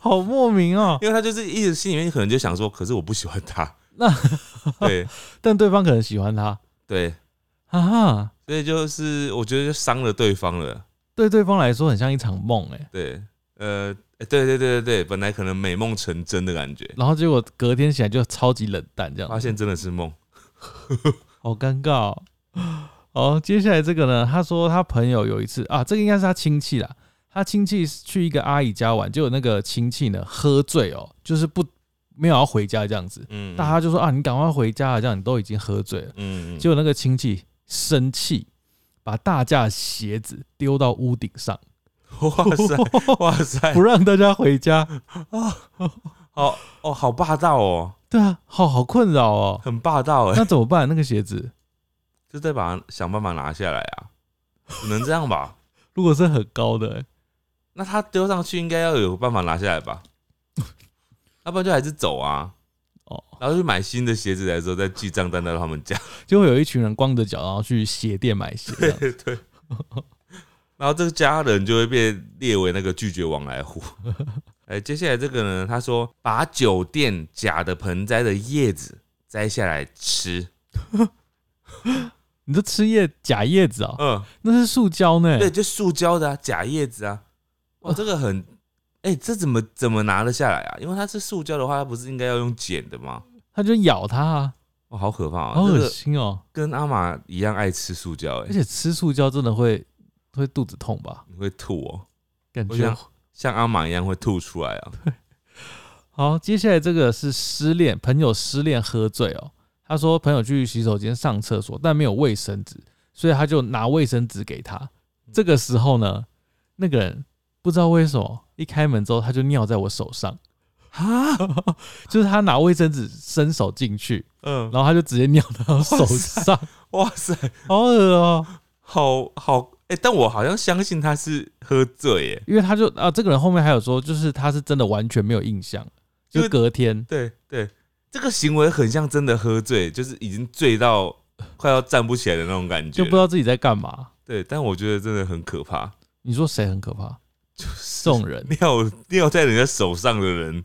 [SPEAKER 1] 好莫名哦。
[SPEAKER 2] 因为他就是一直心里面可能就想说，可是我不喜欢他，
[SPEAKER 1] 那
[SPEAKER 2] 对
[SPEAKER 1] 但对方可能喜欢他
[SPEAKER 2] 对，
[SPEAKER 1] 哈哈，
[SPEAKER 2] 所以就是我觉得就伤了对方了。
[SPEAKER 1] 对对方来说很像一场梦哎、
[SPEAKER 2] 对，呃，欸对对对对对，本来可能美梦成真的感觉，
[SPEAKER 1] 然后结果隔天起来就超级冷淡这样子，
[SPEAKER 2] 发现真的是梦。
[SPEAKER 1] 好尴尬哦。 [gasps] 好，接下来这个呢？他说他朋友有一次啊，这个应该是他亲戚啦。他亲戚去一个阿姨家玩，结果那个亲戚呢喝醉哦，就是不没有要回家这样子。
[SPEAKER 2] 嗯，
[SPEAKER 1] 大家就说啊，你赶快回家啊，这样你都已经喝醉了。
[SPEAKER 2] 嗯，
[SPEAKER 1] 结果那个亲戚生气，把大家的鞋子丢到屋顶上，
[SPEAKER 2] 哇塞，哇塞
[SPEAKER 1] [laughs] 不，让大家回家。
[SPEAKER 2] 好哦，好霸道哦，
[SPEAKER 1] 对啊，好好困扰哦。
[SPEAKER 2] 很霸道哎，
[SPEAKER 1] 那怎么办？那个鞋子
[SPEAKER 2] 就再把它想办法拿下来啊，只能这样吧？
[SPEAKER 1] 如果是很高的、欸
[SPEAKER 2] 那他丢上去应该要有办法拿下来吧？要不然就还是走啊，
[SPEAKER 1] 哦，
[SPEAKER 2] 然后去买新的鞋子来之后再记账单到他们家，
[SPEAKER 1] 就会有一群人光着脚，然后去鞋店买鞋这样子。
[SPEAKER 2] [laughs] 对。然后这个家人就会被列为那个拒绝往来户。 [laughs] 哎，接下来这个呢？他说把酒店假的盆栽的叶子摘下来吃。
[SPEAKER 1] 你这吃叶假叶子啊、
[SPEAKER 2] 嗯，
[SPEAKER 1] 那是塑胶呢。
[SPEAKER 2] 对，就塑胶的、啊、假叶子啊。
[SPEAKER 1] 哦
[SPEAKER 2] 哇，这个很，哎、这怎么怎么拿得下来啊？因为它是塑胶的话，它不是应该要用剪的吗？
[SPEAKER 1] 它就咬它啊，
[SPEAKER 2] 哇，好可怕啊！
[SPEAKER 1] 好
[SPEAKER 2] 这
[SPEAKER 1] 恶
[SPEAKER 2] 个
[SPEAKER 1] 心哦、
[SPEAKER 2] 跟阿玛一样爱吃塑胶、
[SPEAKER 1] 而
[SPEAKER 2] 哎，
[SPEAKER 1] 且吃塑胶真的会会肚子痛吧？
[SPEAKER 2] 你会吐哦，
[SPEAKER 1] 感
[SPEAKER 2] 我
[SPEAKER 1] 觉
[SPEAKER 2] 想。像阿玛一样会吐出来啊。
[SPEAKER 1] 好，接下来这个是失恋，朋友失恋喝醉哦、他说朋友去洗手间上厕所，但没有卫生纸，所以他就拿卫生纸给他。
[SPEAKER 2] 嗯
[SPEAKER 1] 这个时候呢，那个人不知道为什么一开门之后他就尿在我手上，
[SPEAKER 2] 啊，
[SPEAKER 1] [laughs] 就是他拿卫生纸伸手进去，
[SPEAKER 2] 嗯，
[SPEAKER 1] 然后他就直接尿到手上，
[SPEAKER 2] 哇塞，
[SPEAKER 1] [laughs] 好恶哦、
[SPEAKER 2] 好好，哎、但我好像相信他是喝醉，耶。
[SPEAKER 1] 因为他就啊，这个人后面还有说，就是他是真的完全没有印象，就
[SPEAKER 2] 因为
[SPEAKER 1] 隔天
[SPEAKER 2] 对对，这个行为很像真的喝醉，就是已经醉到呃快要站不起来的那种感觉
[SPEAKER 1] 就
[SPEAKER 2] 了。
[SPEAKER 1] 不知道自己在干嘛。
[SPEAKER 2] 对，但我觉得真的很可怕， [laughs]
[SPEAKER 1] 你说谁很可怕？
[SPEAKER 2] 就是
[SPEAKER 1] 这种人
[SPEAKER 2] 尿尿在人家手上的人，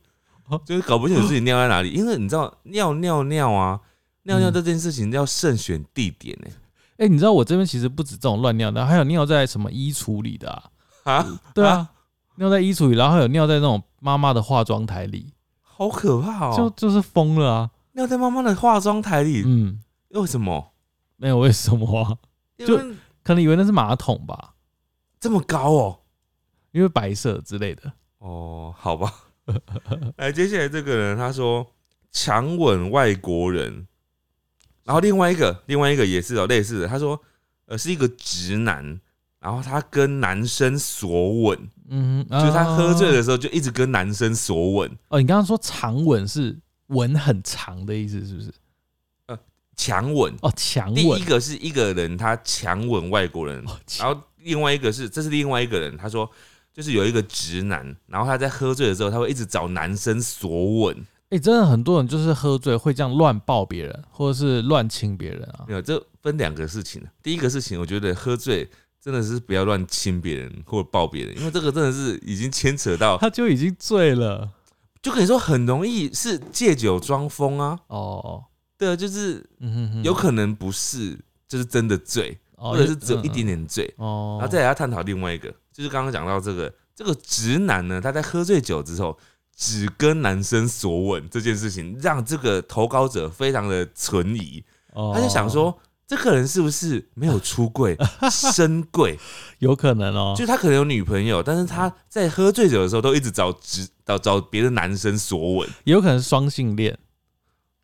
[SPEAKER 1] 哦
[SPEAKER 2] 就是搞不清楚自己尿在
[SPEAKER 1] [laughs]
[SPEAKER 2] 哪里，因为你知道尿尿尿啊，尿
[SPEAKER 1] 嗯
[SPEAKER 2] 尿这件事情要慎选地点欸呢、
[SPEAKER 1] 哎、你知道我这边其实不止这种乱尿的，还有尿在什么衣橱里的啊？
[SPEAKER 2] 啊，
[SPEAKER 1] 对啊，尿在衣橱里，然后还有尿在那种妈妈的化妆台里，
[SPEAKER 2] 好可怕哦！
[SPEAKER 1] 就就是疯了啊！
[SPEAKER 2] 尿在妈妈的化妆台里，
[SPEAKER 1] 嗯，
[SPEAKER 2] 为什么？
[SPEAKER 1] 没有为什么啊、
[SPEAKER 2] 因
[SPEAKER 1] 就
[SPEAKER 2] 为
[SPEAKER 1] 可能以为那是马桶吧，
[SPEAKER 2] 这么高哦。
[SPEAKER 1] 因为白色之类的。
[SPEAKER 2] 哦，好 [laughs] 吧。来，接下来这个人他说强吻外国人，然后另外一个另外一个也是有哦类似的，他说呃是一个直男，然后他跟男生索吻，
[SPEAKER 1] 嗯，
[SPEAKER 2] 就是他喝醉
[SPEAKER 1] 了。
[SPEAKER 2] 的时候就一直跟男生索吻，
[SPEAKER 1] 哦，你刚刚说长吻是吻很长的意思，是不是？
[SPEAKER 2] 强吻。
[SPEAKER 1] 哦，强
[SPEAKER 2] 第
[SPEAKER 1] 吻
[SPEAKER 2] 一。个是一个人他强吻外国人，
[SPEAKER 1] 哦强
[SPEAKER 2] 然后另外一个是这是另外一个人，他说就是有一个直男，然后他在喝醉的时候，他会一直找男生索吻。
[SPEAKER 1] 哎、真的很多人就是喝醉会这样乱抱别人，或者是乱亲别人啊。
[SPEAKER 2] 没有，这分两个事情。啊第一个事情，我觉得喝醉真的是不要乱亲别人或者抱别人，因为这个真的是已经牵扯到，
[SPEAKER 1] 他就已经醉了
[SPEAKER 2] 就跟你说很容易是借酒装疯啊。
[SPEAKER 1] 哦，
[SPEAKER 2] 对啊，就是
[SPEAKER 1] 嗯哼哼，
[SPEAKER 2] 有可能不是，就是真的醉，
[SPEAKER 1] 哦
[SPEAKER 2] 或者是只有一点
[SPEAKER 1] 嗯
[SPEAKER 2] 点醉。
[SPEAKER 1] 嗯哦，
[SPEAKER 2] 然后再来要探讨另外一个，就是刚刚讲到这个这个直男呢，他在喝醉酒之后只跟男生索吻这件事情，让这个投稿者非常的存疑，啊
[SPEAKER 1] 哦
[SPEAKER 2] 他就想说。这个人是不是没有出
[SPEAKER 1] [laughs]
[SPEAKER 2] 柜、深柜？
[SPEAKER 1] 有可能哦，
[SPEAKER 2] 就他可能有女朋友，但是他在喝醉酒的时候都一直找直找找别的男生索吻
[SPEAKER 1] 也有可能是双性恋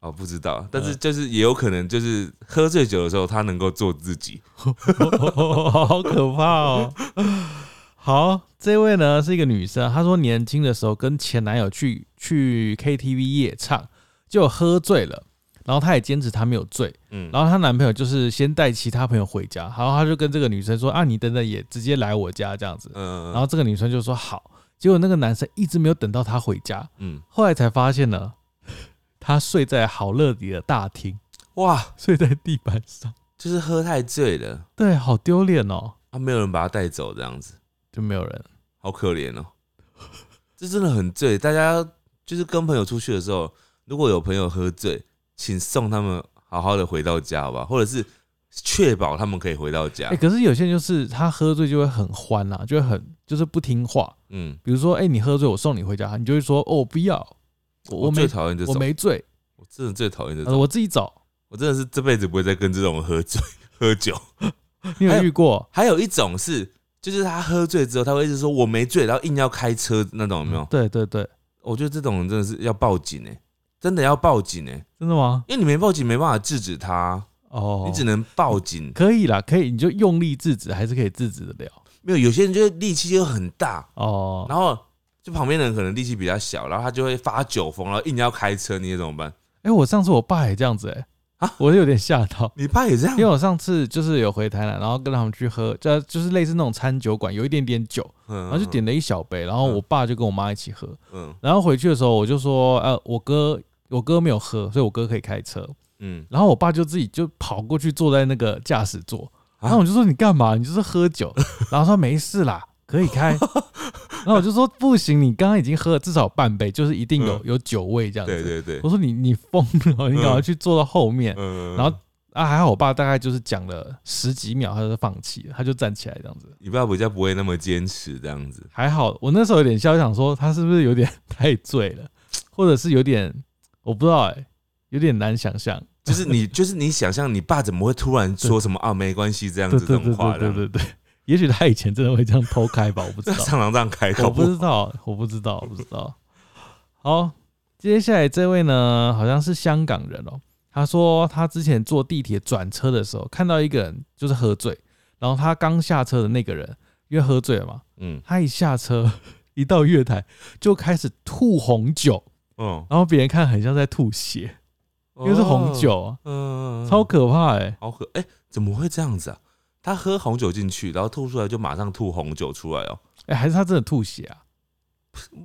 [SPEAKER 2] 哦，不知道，但
[SPEAKER 1] 呃
[SPEAKER 2] 是就是也有可能就是喝醉酒的时候他能够做自己，
[SPEAKER 1] [laughs] 好可怕哦！好，这位呢是一个女生，她说年轻的时候跟前男友去去 KTV 夜唱，就喝醉了，然后她也坚持她没有醉，
[SPEAKER 2] 嗯，
[SPEAKER 1] 然后她男朋友就是先带其他朋友回家，然后她就跟这个女生说啊，你等等也直接来我家这样子，
[SPEAKER 2] 嗯，
[SPEAKER 1] 然后这个女生就说好，结果那个男生一直没有等到她回家，
[SPEAKER 2] 嗯，
[SPEAKER 1] 后来才发现呢，她睡在好乐迪的大厅，
[SPEAKER 2] 哇，
[SPEAKER 1] 睡在地板上，
[SPEAKER 2] 就是喝太醉了，
[SPEAKER 1] 对，好丢脸哦，
[SPEAKER 2] 啊，没有人把他带走，这样子，
[SPEAKER 1] 就没有人。
[SPEAKER 2] 好可怜哦。这真的很醉，大家就是跟朋友出去的时候，如果有朋友喝醉，请送他们好好的回到家，好吧？或者是确保他们可以回到家
[SPEAKER 1] 哎、。可是有些人就是他喝醉就会很欢啦、就会很就是不听话。
[SPEAKER 2] 嗯，
[SPEAKER 1] 比如说，哎、你喝醉，我送你回家，你就会说，哦，我不要，我
[SPEAKER 2] 我
[SPEAKER 1] 没
[SPEAKER 2] 最讨厌这
[SPEAKER 1] 我
[SPEAKER 2] 种，
[SPEAKER 1] 没醉，
[SPEAKER 2] 我真的最讨厌这
[SPEAKER 1] 呃
[SPEAKER 2] 种，
[SPEAKER 1] 我自己走。
[SPEAKER 2] 我真的是这辈子不会再跟这种人喝醉喝酒。
[SPEAKER 1] 你
[SPEAKER 2] 还
[SPEAKER 1] 有
[SPEAKER 2] 有
[SPEAKER 1] 遇过？
[SPEAKER 2] 还有一种是，就是他喝醉之后，他会一直说我没醉，然后硬要开车那种，有没有？
[SPEAKER 1] 对对对，
[SPEAKER 2] 我觉得这种人真的是要报警哎、真的要报警哎、
[SPEAKER 1] 真的吗？
[SPEAKER 2] 因为你没报警没办法制止他啊，
[SPEAKER 1] 哦，
[SPEAKER 2] 你只能报警。
[SPEAKER 1] 可以啦，可以，你就用力制止，还是可以制止得了。
[SPEAKER 2] 没有，有些人就是力气就很大，
[SPEAKER 1] 哦，
[SPEAKER 2] 然后就旁边的人可能力气比较小，然后他就会发酒疯，然后硬要开车，你也怎么办？
[SPEAKER 1] 哎、我上次我爸也这样子、欸，哎、
[SPEAKER 2] 啊
[SPEAKER 1] 我有点吓到。
[SPEAKER 2] 你爸也这
[SPEAKER 1] 因为
[SPEAKER 2] 样？
[SPEAKER 1] 我上次就是有回台南，然后跟他们去喝，就就是类似那种餐酒馆，有一点点酒，
[SPEAKER 2] 嗯
[SPEAKER 1] 然后就点了一小杯，然后我爸就跟我妈一起喝，
[SPEAKER 2] 嗯
[SPEAKER 1] 然后回去的时候，我就说，呃，我哥我哥没有喝，所以我哥可以开车。
[SPEAKER 2] 嗯，
[SPEAKER 1] 然后我爸就自己就跑过去坐在那个驾驶座，
[SPEAKER 2] 啊
[SPEAKER 1] 然后我就说你干嘛？你就是喝酒。 [laughs] 然后说没事啦，可以开。 [laughs] 然后我就说不行，你刚刚已经喝了至少半杯，就是一定有
[SPEAKER 2] 嗯
[SPEAKER 1] 有酒味这样
[SPEAKER 2] 对
[SPEAKER 1] 子。
[SPEAKER 2] 对对
[SPEAKER 1] 我，说你你疯了，你赶快去坐到后面。
[SPEAKER 2] 嗯，
[SPEAKER 1] 然后啊，还好我爸大概就是讲了十几秒，他就放弃了，他就站起来这样子。
[SPEAKER 2] 你爸比较不会那么坚持这样子。
[SPEAKER 1] 还好，我那时候有点笑，想说他是不是有点太醉了，或者是有点我不知道哎、有点难想象。
[SPEAKER 2] 就是你，就是你想象你爸怎么会突然说什么啊，没关系这样
[SPEAKER 1] 对
[SPEAKER 2] 子这
[SPEAKER 1] 对
[SPEAKER 2] 种
[SPEAKER 1] 对
[SPEAKER 2] 话
[SPEAKER 1] 对
[SPEAKER 2] 这
[SPEAKER 1] 对
[SPEAKER 2] 样，
[SPEAKER 1] 对对， [laughs] 也许他以前真的会这样偷开吧，我不知
[SPEAKER 2] 这 [laughs]
[SPEAKER 1] 道，
[SPEAKER 2] 上堂这样开口
[SPEAKER 1] 我不知道，我不知道，我不知道。好，接下来这位呢，好像是香港人哦、他说他之前坐地铁转车的时候，看到一个人就是喝醉，然后他刚下车的那个人，因为喝醉了嘛，
[SPEAKER 2] 嗯
[SPEAKER 1] 他一下车 [laughs] 一到月台就开始吐红酒。
[SPEAKER 2] 嗯，
[SPEAKER 1] 然后别人看很像在吐血，
[SPEAKER 2] 哦
[SPEAKER 1] 因为是红酒啊，
[SPEAKER 2] 哦，嗯，
[SPEAKER 1] 超可怕哎、
[SPEAKER 2] 好喝，哎、怎么会这样子啊？他喝红酒进去，然后吐出来就马上吐红酒出来哦，
[SPEAKER 1] 哎、还是他真的吐血啊？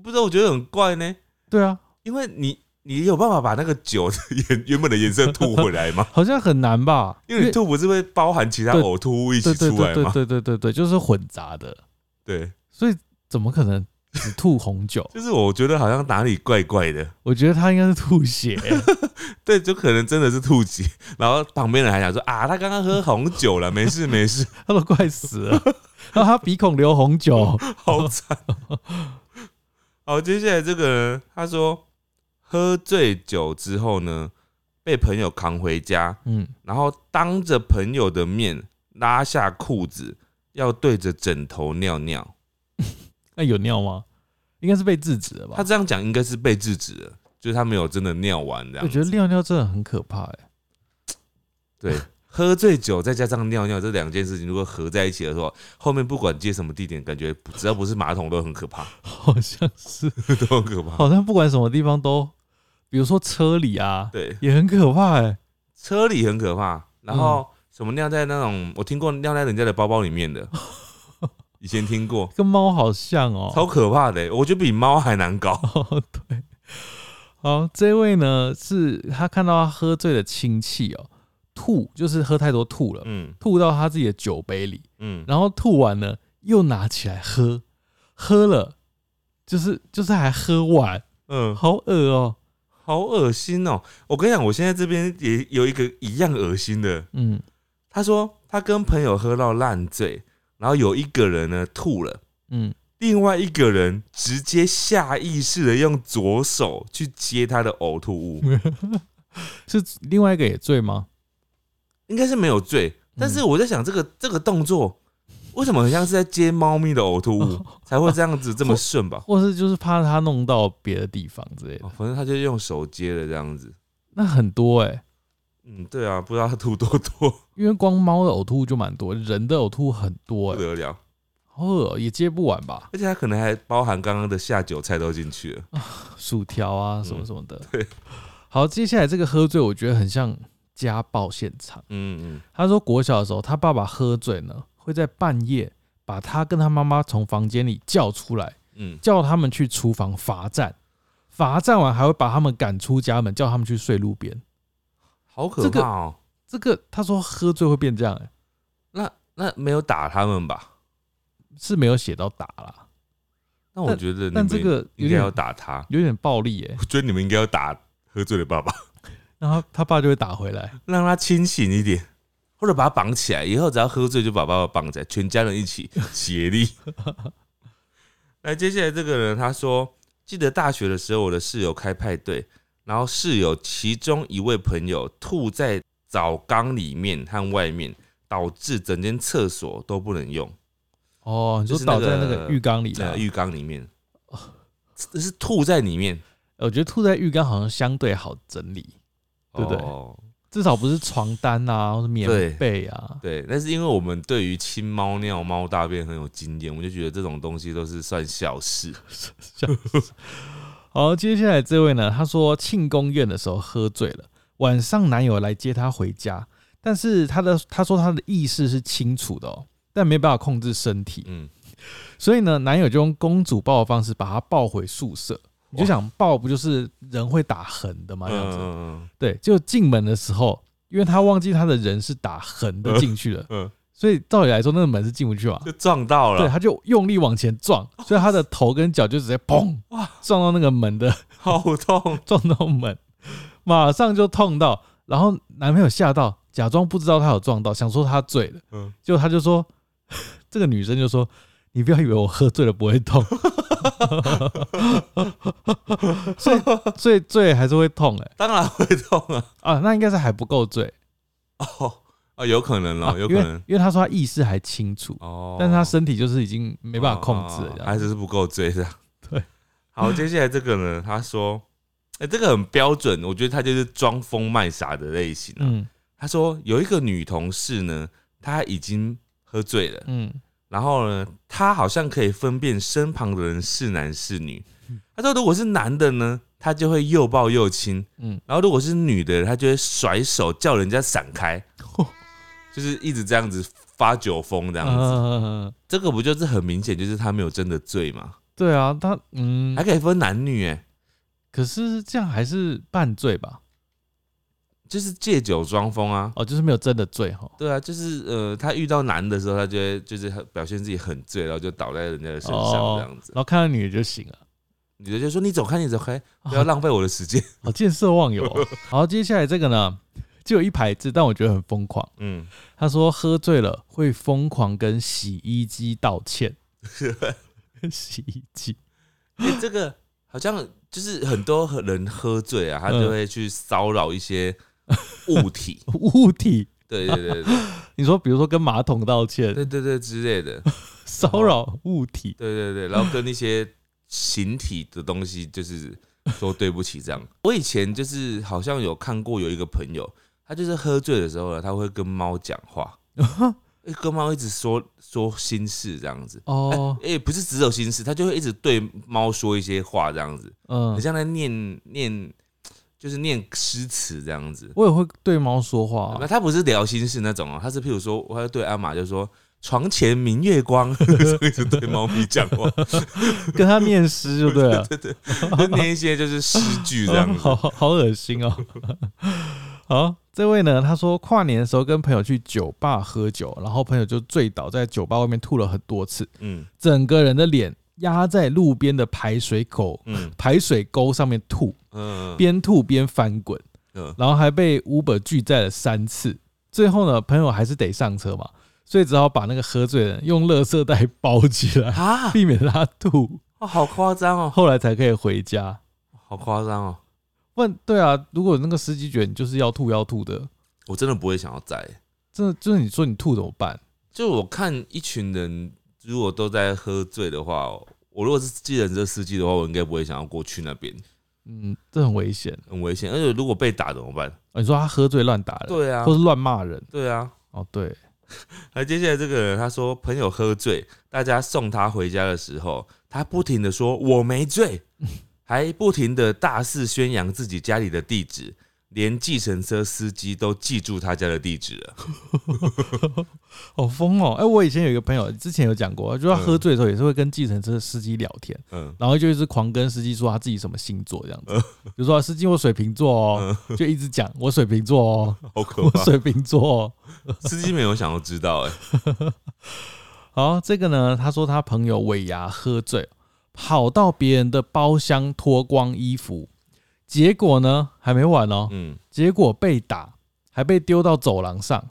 [SPEAKER 2] 不知道我觉得很怪呢，
[SPEAKER 1] 对啊，
[SPEAKER 2] 因为你你有办法把那个酒的原原本的颜色吐回来
[SPEAKER 1] [laughs]？
[SPEAKER 2] 吗
[SPEAKER 1] 好像很难吧？
[SPEAKER 2] 因为你吐不是会包含其他
[SPEAKER 1] 对
[SPEAKER 2] 呕吐物一起
[SPEAKER 1] 对对
[SPEAKER 2] 出
[SPEAKER 1] 对
[SPEAKER 2] 来
[SPEAKER 1] 对
[SPEAKER 2] 吗？
[SPEAKER 1] 对对对对，就是混杂的，
[SPEAKER 2] 对，？
[SPEAKER 1] 所以怎么可能只吐红酒
[SPEAKER 2] 就是我觉得好像哪里怪怪的，
[SPEAKER 1] 我觉得他应该是吐血欸、 [laughs]
[SPEAKER 2] 对，就可能真的是吐血， [laughs] 然后旁边人还想说啊，他刚刚喝红酒了，没事没事，
[SPEAKER 1] 他都快死了，然后他鼻孔流红酒，[laughs]
[SPEAKER 2] 好惨。好，接下来这个人他说，喝醉酒之后呢，被朋友扛回家，
[SPEAKER 1] 嗯，
[SPEAKER 2] 然后当着朋友的面拉下裤子，要对着枕头尿尿。
[SPEAKER 1] 那有尿吗？应该是被制止了吧
[SPEAKER 2] 他？这样讲应该是被制止了，就是他没有真的尿完这
[SPEAKER 1] 我
[SPEAKER 2] 样
[SPEAKER 1] 觉得
[SPEAKER 2] 子。
[SPEAKER 1] 尿尿真的很可怕哎、
[SPEAKER 2] 对，喝醉酒再加上尿尿这两件事情，如果合在一起的时候，后面不管接什么地点，感觉只要不是马桶都很可怕，
[SPEAKER 1] [laughs] 好像是，
[SPEAKER 2] 都很可怕。
[SPEAKER 1] 好像不管什么地方都，比如说车里啊，
[SPEAKER 2] 对，
[SPEAKER 1] 也很可怕哎、
[SPEAKER 2] 车里很
[SPEAKER 1] 嗯 [laughs]
[SPEAKER 2] 可怕，然后什么尿在那种，我听过尿在人家的包包里面的，以前听过，
[SPEAKER 1] 跟猫好像哦，
[SPEAKER 2] 超可怕的欸、我觉得比猫还难搞。
[SPEAKER 1] [laughs] 哦，对，好，这位呢是他看到他喝醉的亲戚哦，吐，就是喝太多吐了，
[SPEAKER 2] 嗯
[SPEAKER 1] 吐到他自己的酒杯里，
[SPEAKER 2] 嗯，
[SPEAKER 1] 然后吐完呢又拿起来喝，喝了就是就是还喝完，
[SPEAKER 2] 嗯，
[SPEAKER 1] 好恶哦、
[SPEAKER 2] 好恶心哦！我跟你讲，我现在这边也有一个一样恶心的。
[SPEAKER 1] 嗯，
[SPEAKER 2] 他说他跟朋友喝到烂醉，然后有一个人呢吐了，
[SPEAKER 1] 嗯，
[SPEAKER 2] 另外一个人直接下意识的用左手去接他的呕吐物，
[SPEAKER 1] 嗯是另外一个也醉吗？
[SPEAKER 2] 应该是没有醉。但是我在想，这
[SPEAKER 1] 嗯
[SPEAKER 2] 个这个动作为什么很像是在接猫咪的呕
[SPEAKER 1] [laughs]
[SPEAKER 2] 吐物，才会这样子这么顺吧？
[SPEAKER 1] 或是就是怕他弄到别的地方之类的？
[SPEAKER 2] 哦反正他就用手接的这样子。
[SPEAKER 1] 那很多哎、
[SPEAKER 2] 嗯，对啊，不知道他吐多多
[SPEAKER 1] 因为光猫的呕吐就蛮多，人的呕吐很多
[SPEAKER 2] 不
[SPEAKER 1] 哎、[laughs]
[SPEAKER 2] 得了，
[SPEAKER 1] 好恶哦、也接不完吧？
[SPEAKER 2] 而且他可能还包含刚刚的下酒菜都进去了。
[SPEAKER 1] 薯条啊什么什么的。
[SPEAKER 2] 对，
[SPEAKER 1] 好，接下来这个喝醉，我觉得很像家暴现场。
[SPEAKER 2] 嗯嗯，
[SPEAKER 1] 他说国小的时候，他爸爸喝醉呢，会在半夜把他跟他妈妈从房间里叫出来，
[SPEAKER 2] 嗯，
[SPEAKER 1] 叫他们去厨房罚站。罚站完还会把他们赶出家门，叫他们去睡路边。
[SPEAKER 2] 好可
[SPEAKER 1] 这个
[SPEAKER 2] 怕哦。
[SPEAKER 1] 这个他说喝醉会变这样、欸，
[SPEAKER 2] 那没有打他们吧？
[SPEAKER 1] 是没有写到打啦，
[SPEAKER 2] 那我觉得你
[SPEAKER 1] 但
[SPEAKER 2] 们
[SPEAKER 1] 这个有
[SPEAKER 2] 应该要
[SPEAKER 1] 点
[SPEAKER 2] 打他。 [laughs]
[SPEAKER 1] 有点暴力耶、
[SPEAKER 2] 我觉得你们应该要打喝醉的爸爸， [laughs]
[SPEAKER 1] 然后他爸就会打回来。
[SPEAKER 2] 让他清醒一点，或者把他绑起来。以后只要喝醉就把爸爸绑起来，全家人一起协力。 [laughs] 来，接下来这个人他说，记得大学的时候，我的室友开派对，然后室友其中一位朋友吐在澡缸里面和外面，导致整间厕所都不能用，
[SPEAKER 1] 哦，你
[SPEAKER 2] 就
[SPEAKER 1] 说
[SPEAKER 2] 是那
[SPEAKER 1] 倒在那
[SPEAKER 2] 个
[SPEAKER 1] 个浴缸里
[SPEAKER 2] 在
[SPEAKER 1] 了。
[SPEAKER 2] 浴缸里面，
[SPEAKER 1] 哦
[SPEAKER 2] 是是吐在里面，
[SPEAKER 1] 我觉得吐在浴缸好像相对好整理。对不对
[SPEAKER 2] 哦
[SPEAKER 1] 至少不是床单啊，或者棉
[SPEAKER 2] 对
[SPEAKER 1] 被啊。
[SPEAKER 2] 对，但是因为我们对于清猫尿、猫大便很有经验，我们就觉得这种东西都是算小事。
[SPEAKER 1] 好，接下来这位呢，他说庆功宴的时候喝醉了，晚上男友来接她回家，但是他的他说他的意识是清楚的哦，但没办法控制身体，
[SPEAKER 2] 嗯，
[SPEAKER 1] 所以呢，男友就用公主抱的方式把她抱回宿舍。你就想抱不就是人会打横的吗？这样子，
[SPEAKER 2] 嗯
[SPEAKER 1] 对，就进门的时候，因为他忘记他的人是打横的进去的，
[SPEAKER 2] 嗯，
[SPEAKER 1] 所以照理来说那个门是进不去嘛。
[SPEAKER 2] 就撞到
[SPEAKER 1] 对，
[SPEAKER 2] 了，
[SPEAKER 1] 他就用力往前撞，所以他的头跟脚就直接砰
[SPEAKER 2] 哇
[SPEAKER 1] 撞到那个门的，
[SPEAKER 2] 好痛！
[SPEAKER 1] 撞到门，马上就痛到，然后男朋友吓到，假装不知道他有撞到，想说他醉了，
[SPEAKER 2] 嗯，
[SPEAKER 1] 结果他就说， [laughs] 这个女生就说。你不要以为我喝醉了不会痛， [laughs] 所以醉醉还是会痛哎、
[SPEAKER 2] 当然会痛啊！
[SPEAKER 1] 啊，那应该是还不够醉
[SPEAKER 2] 哦啊，有可能
[SPEAKER 1] 啊
[SPEAKER 2] 哦，有
[SPEAKER 1] 因
[SPEAKER 2] 可
[SPEAKER 1] 为
[SPEAKER 2] 能
[SPEAKER 1] 因为他说他意识还清楚，
[SPEAKER 2] 哦，
[SPEAKER 1] 但是他身体就是已经没办法控制了
[SPEAKER 2] 哦
[SPEAKER 1] 这
[SPEAKER 2] 哦
[SPEAKER 1] 样，
[SPEAKER 2] 哦还是不够醉的。
[SPEAKER 1] 对，
[SPEAKER 2] 好，接下来这个呢，他说，哎，这个很标准，我觉得他就是装疯卖傻的类型啊。
[SPEAKER 1] 嗯
[SPEAKER 2] 他说有一个女同事呢，她已经喝醉了。
[SPEAKER 1] 嗯，
[SPEAKER 2] 然后呢，他好像可以分辨身旁的人是男是女。他说，如果是男的呢，他就会又抱又亲，
[SPEAKER 1] 嗯
[SPEAKER 2] 嗯，然后如果是女的，他就会甩手叫人家闪开，就是一直这样子发酒疯这
[SPEAKER 1] 这
[SPEAKER 2] 样子。
[SPEAKER 1] 子，
[SPEAKER 2] 这个不就是很明显，就是他没有真的醉嘛？
[SPEAKER 1] [laughs] 对啊，他嗯
[SPEAKER 2] 还，可以分男女、欸，
[SPEAKER 1] 可是这样还是半醉吧？
[SPEAKER 2] 就是借酒装疯啊。
[SPEAKER 1] 哦，就是没有真的醉哈。
[SPEAKER 2] 对啊，就是呃，他遇到男的时候，他就会就是很表现自己很醉，然后就倒在人家的身上
[SPEAKER 1] 哦
[SPEAKER 2] 这样子。
[SPEAKER 1] 然后看到女的就醒了，
[SPEAKER 2] 女的就说：“你走开，你走开，不要浪费我的时间。
[SPEAKER 1] 好见色忘友、哦。好，接下来这个呢，就有一排字，但我觉得很疯狂。”
[SPEAKER 2] 嗯，
[SPEAKER 1] 他说喝醉了会疯狂跟洗衣机道歉，洗衣机
[SPEAKER 2] 欸这个好像就是很多人喝醉啊，他
[SPEAKER 1] 嗯
[SPEAKER 2] 就会去骚扰一些物体，
[SPEAKER 1] 物体。
[SPEAKER 2] 对对对对
[SPEAKER 1] 你说，比如说跟马桶道歉，
[SPEAKER 2] 对对对之类的，
[SPEAKER 1] 骚扰物体，
[SPEAKER 2] 对对对，然后跟一些形体的东西就是说对不起这样。我以前就是好像有看过有一个朋友，他就是喝醉的时候呢，他会跟猫讲
[SPEAKER 1] [laughs]
[SPEAKER 2] 话，欸跟猫一直说说心事这样子。
[SPEAKER 1] 哦，
[SPEAKER 2] 哎、欸不是只有心事，他就会一直对猫说一些话，这样子，
[SPEAKER 1] 嗯
[SPEAKER 2] 很，像在念念，就是念诗词这样子。
[SPEAKER 1] 我也会对猫说话
[SPEAKER 2] 那 [laughs]
[SPEAKER 1] 啊、
[SPEAKER 2] 他不是聊心事那种哦，他是譬如说，我要对阿玛就说，床前明月光， [laughs] 所以就对猫咪讲话，
[SPEAKER 1] 跟他念诗就对了，
[SPEAKER 2] 对对，就念一些就是诗句这样子。
[SPEAKER 1] [laughs] 哦好好恶心哦。 [laughs] 好，这位呢，他说跨年的时候跟朋友去酒吧喝酒，然后朋友就醉倒在酒吧外面吐了很多次，
[SPEAKER 2] 嗯
[SPEAKER 1] 整个人的脸压在路边的排水口、
[SPEAKER 2] 嗯
[SPEAKER 1] 排水沟上面吐，
[SPEAKER 2] 嗯
[SPEAKER 1] 边吐边翻滚，
[SPEAKER 2] 嗯
[SPEAKER 1] 然后还被 Uber 拒载了三次。最后呢，朋友还是得上车嘛，所以只好把那个喝醉的人用垃圾袋包起来，
[SPEAKER 2] 啊，
[SPEAKER 1] 避免他吐，
[SPEAKER 2] 哦好夸张哦，
[SPEAKER 1] 后来才可以回家。
[SPEAKER 2] 好夸张哦，
[SPEAKER 1] 问对啊，如果那个司机觉得你就是要吐要吐的，
[SPEAKER 2] 我真的不会想要载。
[SPEAKER 1] 真的就是你说你吐怎么办？
[SPEAKER 2] 就我看一群人如果都在喝醉的话，哦我如果是计程车司机的话，我应该不会想要过去那边，
[SPEAKER 1] 嗯，这很危险。
[SPEAKER 2] 很危险。而且如果被打怎么办？
[SPEAKER 1] 哦你说他喝醉乱打人，
[SPEAKER 2] 对啊
[SPEAKER 1] 呃或，是乱骂人，
[SPEAKER 2] 对啊。
[SPEAKER 1] 哦，对，
[SPEAKER 2] 而接下来这个人他说朋友喝醉，大家送他回家的时候，他不停的说我没醉，还不停的大肆宣扬自己家里的地址，连计程车司机都记住他家的地址了。
[SPEAKER 1] 好疯哦！哎、我以前有一个朋友，之前有讲过，就他
[SPEAKER 2] 嗯
[SPEAKER 1] 喝醉的时候也是会跟计程车司机聊天，
[SPEAKER 2] 嗯
[SPEAKER 1] 然后就一直狂跟司机说他自己什么星座这样子，比如说啊司机我水瓶座哦，就一直讲我水瓶座哦，
[SPEAKER 2] 好可
[SPEAKER 1] 我
[SPEAKER 2] 怕，
[SPEAKER 1] 水瓶座哦。
[SPEAKER 2] 司机没有想要知道哎、
[SPEAKER 1] 好，这个呢，他说他朋友尾牙喝醉，跑到别人的包厢脱光衣服，结果呢还没完哦，
[SPEAKER 2] 嗯，
[SPEAKER 1] 结果被打，还被丢到走廊上。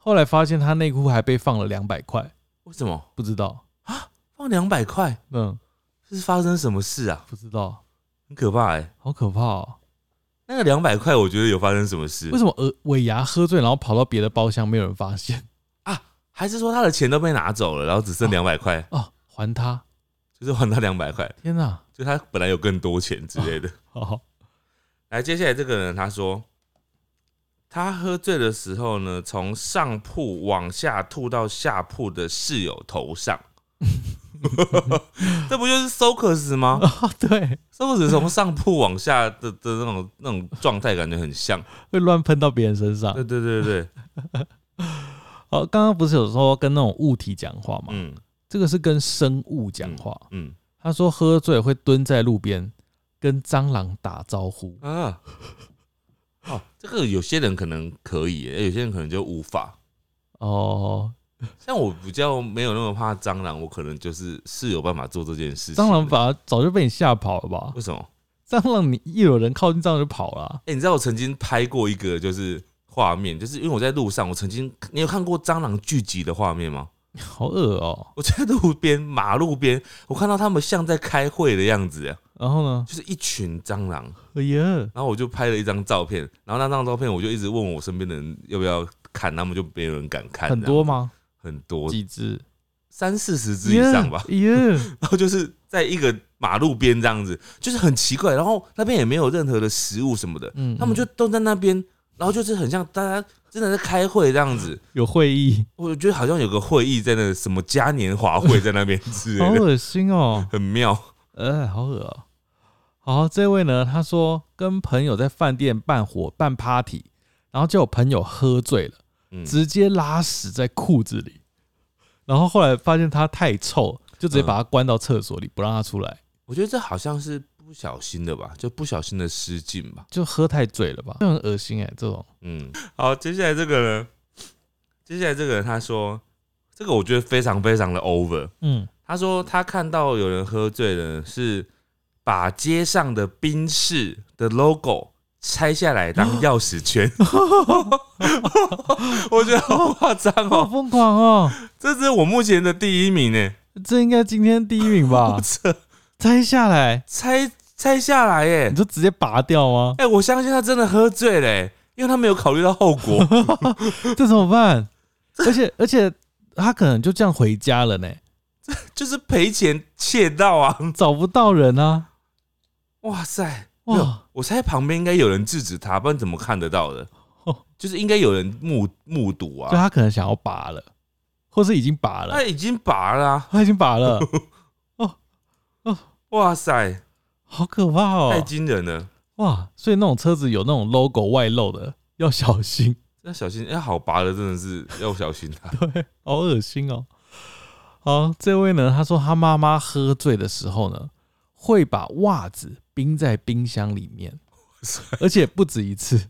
[SPEAKER 1] 后来发现他内裤还被放了两百块，
[SPEAKER 2] 为什么
[SPEAKER 1] 不知道，
[SPEAKER 2] 放两百块？
[SPEAKER 1] 嗯，
[SPEAKER 2] 这是发生什么事啊？
[SPEAKER 1] 不知道，
[SPEAKER 2] 很可怕哎、
[SPEAKER 1] 好可怕哦！
[SPEAKER 2] 那个两百块，我觉得有发生什么事
[SPEAKER 1] 为？什么呃尾牙喝醉，然后跑到别的包厢，没有人发
[SPEAKER 2] [laughs]
[SPEAKER 1] 现？
[SPEAKER 2] 还是说他的钱都被拿走了，然后只剩两百块，
[SPEAKER 1] 哦，还他！
[SPEAKER 2] 就是还他两百块，
[SPEAKER 1] 天哪、
[SPEAKER 2] 就他本来有更多钱之类的。
[SPEAKER 1] 好，
[SPEAKER 2] 来，接下来这个人他说，他喝醉的时候呢，从上铺往下吐到下铺的室友头上， [laughs] 这不就是 Socus 吗
[SPEAKER 1] [laughs] 哦，对，
[SPEAKER 2] ？Socus 从上铺往下的的那种那种状态，感觉很像。
[SPEAKER 1] 会乱喷到别人身上
[SPEAKER 2] 对。对对对，
[SPEAKER 1] 好，刚刚不是有说跟那种物体讲话吗？
[SPEAKER 2] 嗯
[SPEAKER 1] 这个是跟生物讲话。
[SPEAKER 2] 嗯
[SPEAKER 1] 他说喝醉会蹲在路边跟蟑螂打招呼，
[SPEAKER 2] 啊，哦，这个有些人可能可以耶，有些人可能就无法。
[SPEAKER 1] 哦，
[SPEAKER 2] 像我比较没有那么怕蟑螂，我可能就是是有办法做这件事情的。
[SPEAKER 1] 蟑螂把早就被你吓跑了吧？
[SPEAKER 2] 为什么？
[SPEAKER 1] 蟑螂你一有人靠近蟑螂就跑了啊、
[SPEAKER 2] 哎、你知道我曾经拍过一个就是画面，就是因为我在路上，我曾经你有看过蟑螂聚集的画面吗？
[SPEAKER 1] 好恶哦、
[SPEAKER 2] 我在路边马路边，我看到他们像在开会的样子，啊
[SPEAKER 1] 然后呢？
[SPEAKER 2] 就是一群蟑螂，
[SPEAKER 1] 哎呀，
[SPEAKER 2] 然后我就拍了一张照片，然后那张照片我就一直问我身边的人要不要看，他们就没有人敢看，
[SPEAKER 1] 很多？吗？
[SPEAKER 2] 很多，
[SPEAKER 1] 几只？
[SPEAKER 2] 三四十只以上吧。
[SPEAKER 1] 哎呀， [laughs]
[SPEAKER 2] 然后就是在一个马路边这样子，就是很奇怪，然后那边也没有任何的食物什么的，
[SPEAKER 1] 嗯
[SPEAKER 2] 他们就都在那边，然后就是很像大家真的在开会这样子。
[SPEAKER 1] 有会议，
[SPEAKER 2] 我觉得好像有个会议在那什么嘉年华会在那边之
[SPEAKER 1] 好
[SPEAKER 2] 类 [laughs] 的，
[SPEAKER 1] 恶心哦、 [laughs]
[SPEAKER 2] 很妙。
[SPEAKER 1] 呃，好恶哦、好，这位呢，他说跟朋友在饭店办火办 party，然后就有朋友喝醉了，
[SPEAKER 2] 嗯，
[SPEAKER 1] 直接拉屎在裤子里，然后后来发现他太臭，就直
[SPEAKER 2] 嗯
[SPEAKER 1] 接把他关到厕所里，不让他出来，
[SPEAKER 2] 我觉得这好像是不小心的吧，就不小心的失禁吧。
[SPEAKER 1] 就喝太醉了吧，就很恶心哎、这种
[SPEAKER 2] 嗯，好，接下来这个呢？接下来这个人他说，这个我觉得非常非常的 over。
[SPEAKER 1] 嗯，
[SPEAKER 2] 他说他看到有人喝醉了，是把街上的宾士的 logo 拆下来当钥匙
[SPEAKER 1] [laughs]
[SPEAKER 2] 圈，我觉得好夸张
[SPEAKER 1] 好
[SPEAKER 2] 哦！
[SPEAKER 1] 疯狂哦、
[SPEAKER 2] 这是我目前的第一名呢，
[SPEAKER 1] 这应该今天第一名吧
[SPEAKER 2] [laughs] 不？扯，
[SPEAKER 1] 摘下来，
[SPEAKER 2] 拆拆下来耶
[SPEAKER 1] 你！就直接拔掉吗？
[SPEAKER 2] 哎、我相信他真的喝醉嘞，因为他没有考虑到后果。
[SPEAKER 1] [laughs] 这怎么办？而且而且他可能就这样回家了呢，
[SPEAKER 2] 就是赔钱窃盗啊！
[SPEAKER 1] 找不到人啊，
[SPEAKER 2] 哇塞，没有
[SPEAKER 1] 哇，
[SPEAKER 2] 我猜旁边应该有人制止他，不然怎么看
[SPEAKER 1] [laughs]
[SPEAKER 2] 得到的
[SPEAKER 1] 哦？
[SPEAKER 2] 就是应该有人目目睹
[SPEAKER 1] 就
[SPEAKER 2] 啊！哎
[SPEAKER 1] 他可能想要拔了，或是已经拔了
[SPEAKER 2] 他，已经拔了啊、
[SPEAKER 1] 他已经拔
[SPEAKER 2] [laughs]
[SPEAKER 1] 了，
[SPEAKER 2] 哇塞，
[SPEAKER 1] 好可怕
[SPEAKER 2] 哎
[SPEAKER 1] 哦、
[SPEAKER 2] 太惊人了！
[SPEAKER 1] 哇，所以那种车子有那种 logo 外露的，要小心。
[SPEAKER 2] 这要小心，要好拔的真的是要小心
[SPEAKER 1] [laughs]
[SPEAKER 2] 啊！
[SPEAKER 1] 好恶心哦。好，这位呢，他说他妈妈喝醉的时候呢，会把袜子冰在冰箱里面，而且不止一次，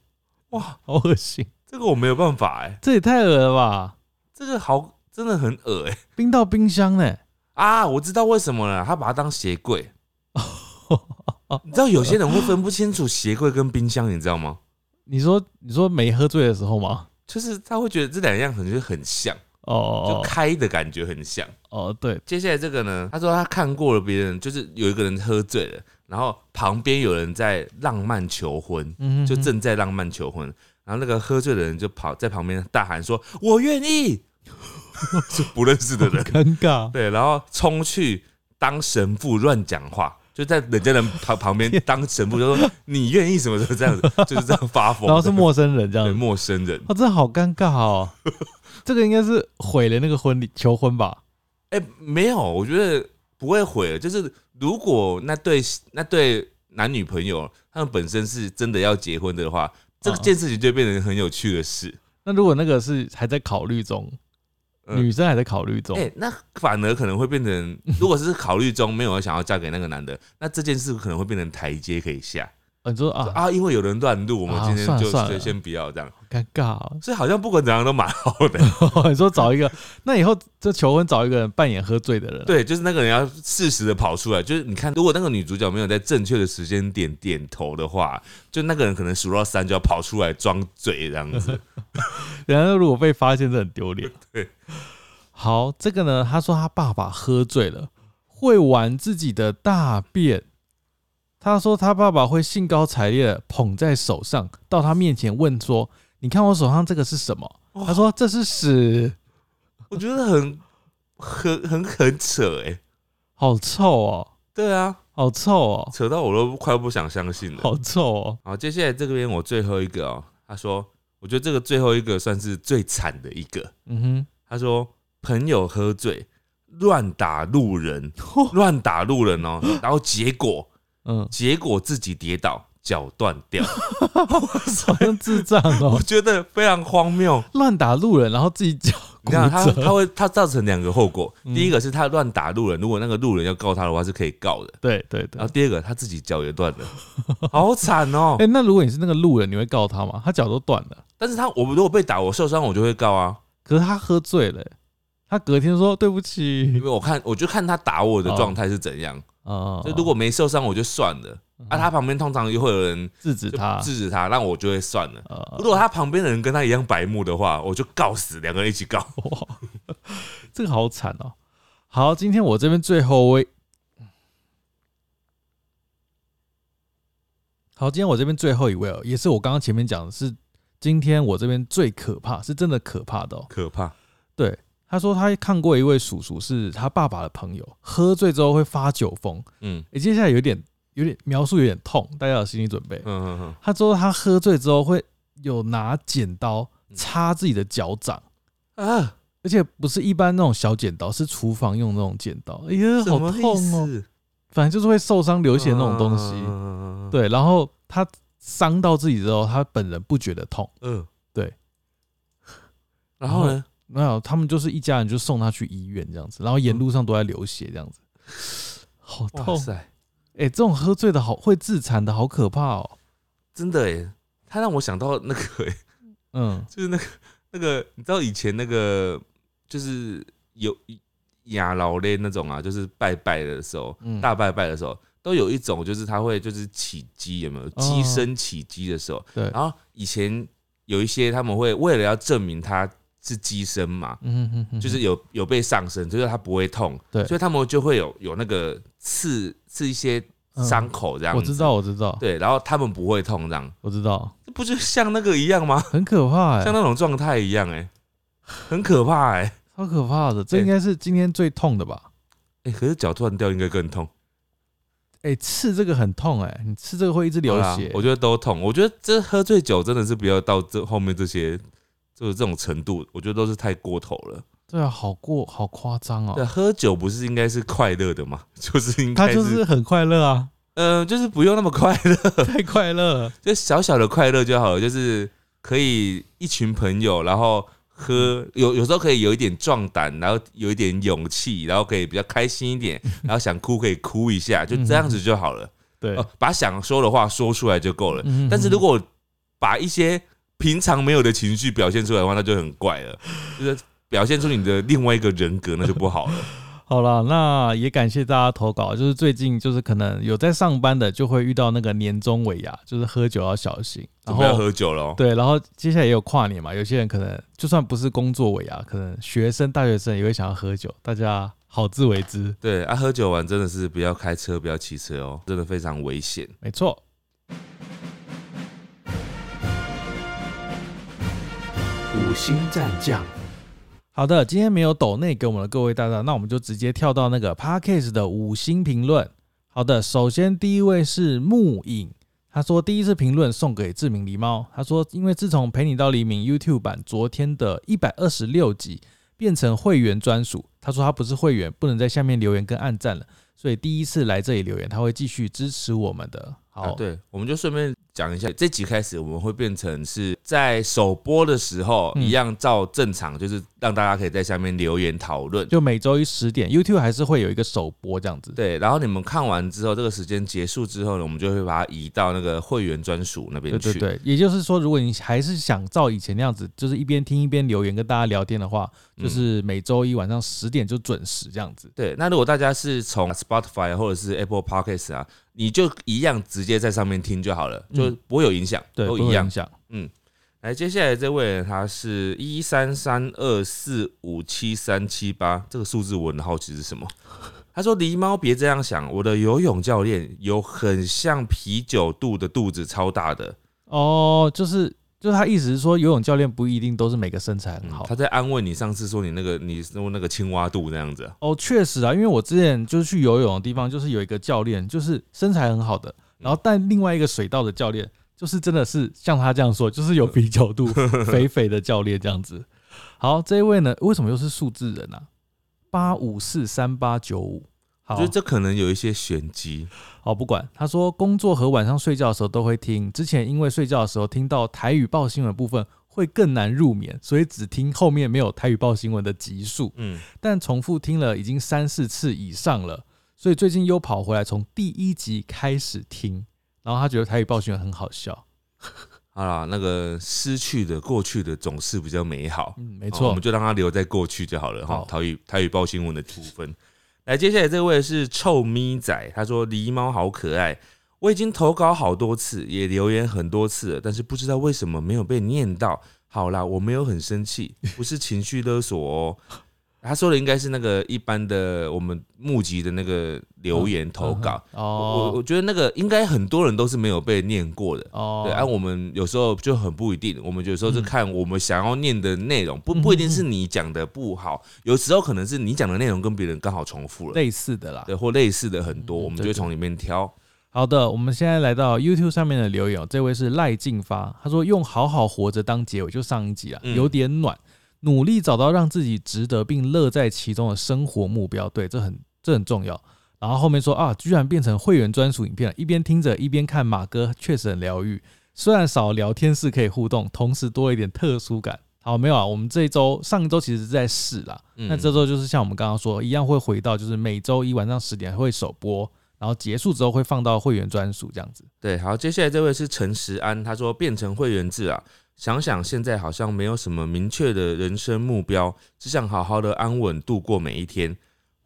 [SPEAKER 2] 哇，
[SPEAKER 1] 好恶心，
[SPEAKER 2] 这个我没有办法哎、
[SPEAKER 1] 这也太恶了吧！
[SPEAKER 2] 这个好真的很恶哎、
[SPEAKER 1] 冰到冰箱呢、
[SPEAKER 2] 啊！我知道为什么了，他把它当
[SPEAKER 1] [laughs]
[SPEAKER 2] 鞋柜。你知道有些人会分不清楚鞋柜跟冰箱，你知道吗？
[SPEAKER 1] 你说你说没喝醉的时候吗？
[SPEAKER 2] 就是他会觉得这两样可能就很像，就
[SPEAKER 1] 哦
[SPEAKER 2] 开的感觉很像。
[SPEAKER 1] 哦，对，
[SPEAKER 2] 接下来这个呢，他说他看过了别人，就是有一个人喝醉了，然后旁边有人在浪漫求婚，
[SPEAKER 1] 嗯哼
[SPEAKER 2] 就正在浪漫求婚，然后那个喝醉的人就跑在旁边大喊说：“我愿意！” [laughs] 是不认
[SPEAKER 1] [laughs]
[SPEAKER 2] 识的人，
[SPEAKER 1] 尴尬，
[SPEAKER 2] 对，然后冲去当神父乱讲话，就在人家的旁旁边当神父，就说你愿意什么时候这样子， [laughs] 就是这样发疯。
[SPEAKER 1] 然后是陌生人这
[SPEAKER 2] 对
[SPEAKER 1] 样子，
[SPEAKER 2] 陌生人，
[SPEAKER 1] 哦，这好尴尬哦。这个应该是毁了那个婚礼求婚吧？
[SPEAKER 2] 哎、没有，我觉得不会毁。就是如果那对那对男女朋友他们本身是真的要结婚的话，这
[SPEAKER 1] 嗯
[SPEAKER 2] 件事情就变成很有趣的事。
[SPEAKER 1] 那如果那个是还在考虑中，
[SPEAKER 2] 嗯
[SPEAKER 1] 女生还在考虑中
[SPEAKER 2] 哎、，那反而可能会
[SPEAKER 1] [laughs]
[SPEAKER 2] 变成，如果是考虑中没有想要嫁给那个男的，那这件事可能会变成台阶可以下
[SPEAKER 1] 哦你说啊，
[SPEAKER 2] 啊，因为有人乱入，我们
[SPEAKER 1] 啊
[SPEAKER 2] 今天
[SPEAKER 1] 算了
[SPEAKER 2] 就
[SPEAKER 1] 算了
[SPEAKER 2] 就先不要这样。
[SPEAKER 1] 好尴尬哦。 [laughs]
[SPEAKER 2] 所以好像不管怎样都蛮好的。
[SPEAKER 1] 你说找一个，那以后这求婚找一个人扮演喝醉的人，，
[SPEAKER 2] 对，就是那个人要适时的跑出来。就是你看，如果那个女主角没有在正确的时间点点头的话，就那个人可能数到三就要跑出来装醉这样
[SPEAKER 1] [laughs]
[SPEAKER 2] 子。
[SPEAKER 1] 然后如果被发现，这很丢 [laughs] 脸。
[SPEAKER 2] 对，
[SPEAKER 1] 好，这个呢，他说他爸爸喝醉了，会玩自己的大便。他说他爸爸会兴高采烈的捧在手上，到他面前问说：“你看我手上这个是什么？”
[SPEAKER 2] 哇
[SPEAKER 1] 他说：“这是屎，
[SPEAKER 2] 我觉得很很很很扯哎、
[SPEAKER 1] 好臭哦，
[SPEAKER 2] 对啊，
[SPEAKER 1] 好臭哦，
[SPEAKER 2] 扯到我都快不想相信了。
[SPEAKER 1] 好臭 [laughs] 哦。
[SPEAKER 2] 好，接下来这边我最后一个哦，他说，我觉得这个最后一个算是最惨的一个。”
[SPEAKER 1] 嗯
[SPEAKER 2] 他说朋友喝醉乱打路
[SPEAKER 1] [laughs]
[SPEAKER 2] 人，
[SPEAKER 1] 哼，
[SPEAKER 2] 乱打路人哦，然后结果
[SPEAKER 1] 嗯，
[SPEAKER 2] 结果自己跌倒，脚断
[SPEAKER 1] [laughs]
[SPEAKER 2] 掉。
[SPEAKER 1] 好像智障哦
[SPEAKER 2] 我，觉得非常荒谬。
[SPEAKER 1] 乱打路人，然后自己脚
[SPEAKER 2] 你
[SPEAKER 1] 骨
[SPEAKER 2] 看他，
[SPEAKER 1] 折，
[SPEAKER 2] 他会他造成两个后果。
[SPEAKER 1] 嗯
[SPEAKER 2] 第一个是他乱打路人，如果那个路人要告他的话是可以告的。
[SPEAKER 1] [laughs] 对对对
[SPEAKER 2] 然，后第二个他自己脚也断了，好惨啊哦
[SPEAKER 1] [laughs] 哎、！那如果你是那个路人，你会告他吗？他脚都断了，
[SPEAKER 2] 但是他我如果被打，我受伤我就会告啊，
[SPEAKER 1] 可是他喝醉了欸、他隔天说对不
[SPEAKER 2] 因
[SPEAKER 1] 起
[SPEAKER 2] 为我看我就看他打我
[SPEAKER 1] 哦
[SPEAKER 2] 的状态是怎样。
[SPEAKER 1] 啊。
[SPEAKER 2] 就如果没受伤我就算了，啊，他旁边通常又会有人
[SPEAKER 1] 制止嗯
[SPEAKER 2] 就
[SPEAKER 1] 他，
[SPEAKER 2] 制止他，那我就会算了。
[SPEAKER 1] 呃
[SPEAKER 2] 如，果他旁边的人跟他一样白目的话，我就告死，两个人一起告。
[SPEAKER 1] 哇， [laughs] 这个好惨哦、好，今天我这边最后为，好，今天我这边最后一位哦、也是我刚刚前面讲的是，今天我这边最可怕，是真的可怕的哦、
[SPEAKER 2] 可怕，
[SPEAKER 1] 对，他说他看过一位叔叔是他爸爸的朋友，喝醉之后会发酒疯，
[SPEAKER 2] 嗯
[SPEAKER 1] 欸，接下来有点有点描述有点痛，大家有心理准备
[SPEAKER 2] 嗯。嗯嗯，
[SPEAKER 1] 他说他喝醉之后会有拿剪刀
[SPEAKER 2] 嗯
[SPEAKER 1] 插自己的脚掌，
[SPEAKER 2] 啊，
[SPEAKER 1] 而且不是一般那种小剪刀，是厨房用那种剪刀。哎呀，
[SPEAKER 2] 什
[SPEAKER 1] 好
[SPEAKER 2] 么意
[SPEAKER 1] 痛哦！
[SPEAKER 2] 思？
[SPEAKER 1] 反正就是会受伤流血那种东西。
[SPEAKER 2] 嗯，
[SPEAKER 1] 对，然后他伤到自己之后，他本人不觉得痛。
[SPEAKER 2] 嗯，
[SPEAKER 1] 对。
[SPEAKER 2] 然后呢？
[SPEAKER 1] 没有，他们就是一家人，就送他去医院这样子，然后沿路上都在流血这样子，好
[SPEAKER 2] 哇
[SPEAKER 1] 痛！
[SPEAKER 2] 塞，
[SPEAKER 1] 哎、这种喝醉的好会自残的好可怕哦。
[SPEAKER 2] 真的哎，他让我想到那个哎，
[SPEAKER 1] 嗯，
[SPEAKER 2] 就是那个那个，你知道以前那个就是有亚劳类那种啊，就是拜拜的时候，
[SPEAKER 1] 嗯
[SPEAKER 2] 大拜拜的时候。都有一种，就是他会就是起鸡，有没有鸡生起鸡的时候？
[SPEAKER 1] 哦对，
[SPEAKER 2] 然后以前有一些他们会为了要证明他是鸡生嘛，
[SPEAKER 1] 嗯哼哼，
[SPEAKER 2] 就是有有被上身，就是它不会痛，
[SPEAKER 1] 对
[SPEAKER 2] 所以他们就会有有那个刺刺一些伤口这
[SPEAKER 1] 嗯
[SPEAKER 2] 样、
[SPEAKER 1] 我知，道，我知道，
[SPEAKER 2] 对，然后他们不会痛这样，
[SPEAKER 1] 我知道，
[SPEAKER 2] 这不就像那个一样吗？
[SPEAKER 1] 很可怕哎、
[SPEAKER 2] 像那种状态一样、哎，很可怕、哎，
[SPEAKER 1] 超可怕的，这应该是今天最痛的吧？
[SPEAKER 2] 哎，可是脚断掉应该更痛，
[SPEAKER 1] 哎、刺这个很痛哎、你刺这个会一直流
[SPEAKER 2] 好啦
[SPEAKER 1] 血，
[SPEAKER 2] 啊我觉得都痛。我觉得这喝醉酒真的是不要到这后面这些，就是这种程度，我觉得都是太过头了。
[SPEAKER 1] 对啊，好过好夸张
[SPEAKER 2] 对，
[SPEAKER 1] 哦，
[SPEAKER 2] 啊喝酒不是应该是快乐的吗？ [laughs] 就是应
[SPEAKER 1] 他
[SPEAKER 2] 该
[SPEAKER 1] 就是很快乐
[SPEAKER 2] [laughs]
[SPEAKER 1] 啊，
[SPEAKER 2] 呃，就是不用那么快乐。 [laughs]
[SPEAKER 1] 太快乐了，
[SPEAKER 2] 就小小的快乐就好了，就是可以一群朋友，然后喝，有有时候可以有一点壮胆，然后有一点勇气，然后可以比较开心一点，然后想哭可以哭一下，就这样子就好了。
[SPEAKER 1] 对，
[SPEAKER 2] 哦，把想说的话说出来就够了。
[SPEAKER 1] 嗯哼
[SPEAKER 2] 但是如果把一些平常没有的情绪表现出来的话，那就很怪了，就是表现出你的另外一个人格，那就不好
[SPEAKER 1] [laughs]
[SPEAKER 2] 了。
[SPEAKER 1] 好了，那也感谢大家投稿。就是最近就是可能有在上班的，就会遇到那个年终尾牙，就是喝酒要小心。
[SPEAKER 2] 就
[SPEAKER 1] 然
[SPEAKER 2] 不要
[SPEAKER 1] 后
[SPEAKER 2] 喝酒了、哦。
[SPEAKER 1] 对，然后接下来也有跨年嘛，有些人可能就算不是工作尾牙，可能学生、大学生也会想要喝酒，大家好自为之。
[SPEAKER 2] 对啊，喝酒完真的是不要开车，不要骑车哦，真的非常危险。
[SPEAKER 1] 没错，
[SPEAKER 3] 五星战将，
[SPEAKER 1] 好的，今天没有抖内给我们的各位大大，那我们就直接跳到那个 podcast 的五星评论。好的，首先第一位是木影，他说第一次评论送给志明狸猫，他说因为自从陪你到黎明 YouTube 版昨天的一百二十六集变成会员专属，他说他不是会员，不能在下面留言跟按赞了，所以第一次来这里留言，他会继续支持我们的。好，
[SPEAKER 2] 啊，对，我们就顺便讲一下，这集开始我们会变成是在首播的时候、
[SPEAKER 1] 嗯
[SPEAKER 2] 一样，照正常，就是让大家可以在下面留言讨论。
[SPEAKER 1] 就每周一十点 YouTube 还是会有一个首播这样子。
[SPEAKER 2] 对，然后你们看完之后，这个时间结束之后呢，我们就会把它移到那个会员专属那边
[SPEAKER 1] 对
[SPEAKER 2] 去。
[SPEAKER 1] 对对，也就是说，如果你还是想照以前那样子，就是一边听一边留言跟大家聊天的话，
[SPEAKER 2] 嗯
[SPEAKER 1] 就是每周一晚上十点就准时这样子。
[SPEAKER 2] 对那如果大家是从 Spotify 或者是 Apple Podcast 啊，你就一样直接在上面听就好了，就
[SPEAKER 1] 嗯
[SPEAKER 2] 不会有影响，
[SPEAKER 1] 对，
[SPEAKER 2] 都
[SPEAKER 1] 不
[SPEAKER 2] 一
[SPEAKER 1] 会
[SPEAKER 2] 样
[SPEAKER 1] 影。响。
[SPEAKER 2] 来，接下来这位呢他是一三三二四五七三七八，这个数字我很好奇是什么。他说：“狸猫别这样想，我的游泳教练有很像啤酒肚的肚子，超大的。
[SPEAKER 1] 哦，就是就是他意思是说，游泳教练不一定都是每个身材很
[SPEAKER 2] 嗯
[SPEAKER 1] 好。
[SPEAKER 2] 他在安慰你上次说你那个你说那个青蛙肚那样子啊。
[SPEAKER 1] 哦，确实啊，因为我之前就是去游泳的地方，就是有一个教练，就是身材很好的，
[SPEAKER 2] 嗯
[SPEAKER 1] 然后但另外一个水道的教练，就是真的是像他这样说，就是有啤酒
[SPEAKER 2] [laughs]
[SPEAKER 1] 肚、肥肥的教练这样子。好，这一位呢，为什么又是数字人啊？八五四三八九五。
[SPEAKER 2] 我
[SPEAKER 1] 好
[SPEAKER 2] 觉，得这可能有一些玄机。
[SPEAKER 1] 好，不管。他说工作和晚上睡觉的时候都会听，之前因为睡觉的时候听到台语报新闻部分会更难入眠，所以只听后面没有台语报新闻的集数。
[SPEAKER 2] 嗯，
[SPEAKER 1] 但重复听了已经三四次以上了，所以最近又跑回来从第一集开始听，然后他觉得台语报新闻很好笑，
[SPEAKER 2] 好啦，那个失去的、过去的总是比较美好。
[SPEAKER 1] 嗯，没
[SPEAKER 2] 好
[SPEAKER 1] 错，
[SPEAKER 2] 我们就让它留在过去就好了哈
[SPEAKER 1] 好。
[SPEAKER 2] 台语台语报新闻的部分，来，接下来这位是臭咪仔，他说狸猫好可爱。我已经投稿好多次，也留言很多次了，但是不知道为什么没有被念到。好啦，我没有很生气，不是情绪勒索哦。 [laughs] 他说的应该是那个一般的我们募集的那个留言投稿。
[SPEAKER 1] 嗯哼
[SPEAKER 2] 我我
[SPEAKER 1] 哦
[SPEAKER 2] 觉得那个应该很多人都是没有被念过的。
[SPEAKER 1] 哦，
[SPEAKER 2] 对，啊，我们有时候就很不一定，我们有时候是
[SPEAKER 1] 嗯
[SPEAKER 2] 看我们想要念的内容，不
[SPEAKER 1] 嗯
[SPEAKER 2] 不一定是你讲的不好，有时候可能是你讲的内容跟别人刚好重复了，
[SPEAKER 1] 类似的啦。
[SPEAKER 2] 对，或类似的很多，
[SPEAKER 1] 嗯嗯
[SPEAKER 2] 我们
[SPEAKER 1] 对
[SPEAKER 2] 就会
[SPEAKER 1] 对
[SPEAKER 2] 从里面挑。
[SPEAKER 1] 好的，我们现在来到 YouTube 上面的留言哦，这位是赖进发，他说用“好好活着”当结尾，就上一集啊，
[SPEAKER 2] 嗯
[SPEAKER 1] 有点暖，努力找到让自己值得并乐在其中的生活目标，对，这很这很重要。然后后面说啊，居然变成会员专属影片了，一边听着一边看马哥，确实很疗愈。虽然少聊天室可以互动，同时多了一点特殊感。好，没有啊，我们这一周上一周其实是在试啦，
[SPEAKER 2] 嗯
[SPEAKER 1] 那这周就是像我们刚刚说，一样会回到就是每周一晚上十点会首播，然后结束之后会放到会员专属这样子。
[SPEAKER 2] 对，好，接下来这位是陈时安，他说变成会员制啊，想想现在好像没有什么明确的人生目标，只想好好的安稳度过每一天。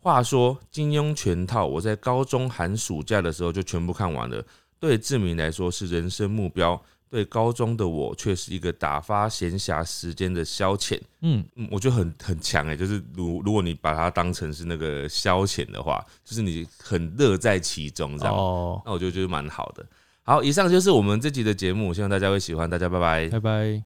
[SPEAKER 2] 话说金庸全套，我在高中寒暑假的时候就全部看完了。对志明来说是人生目标，对高中的我却是一个打发闲暇时间的消遣。
[SPEAKER 1] 嗯，
[SPEAKER 2] 嗯，我觉得很很强哎、就是如如果你把它当成是那个消遣的话，就是你很乐在其中这样。
[SPEAKER 1] 哦，
[SPEAKER 2] 那我就觉得蛮好的。好，以上就是我们这集的节目，希望大家会喜欢，大家拜拜。
[SPEAKER 1] 拜拜。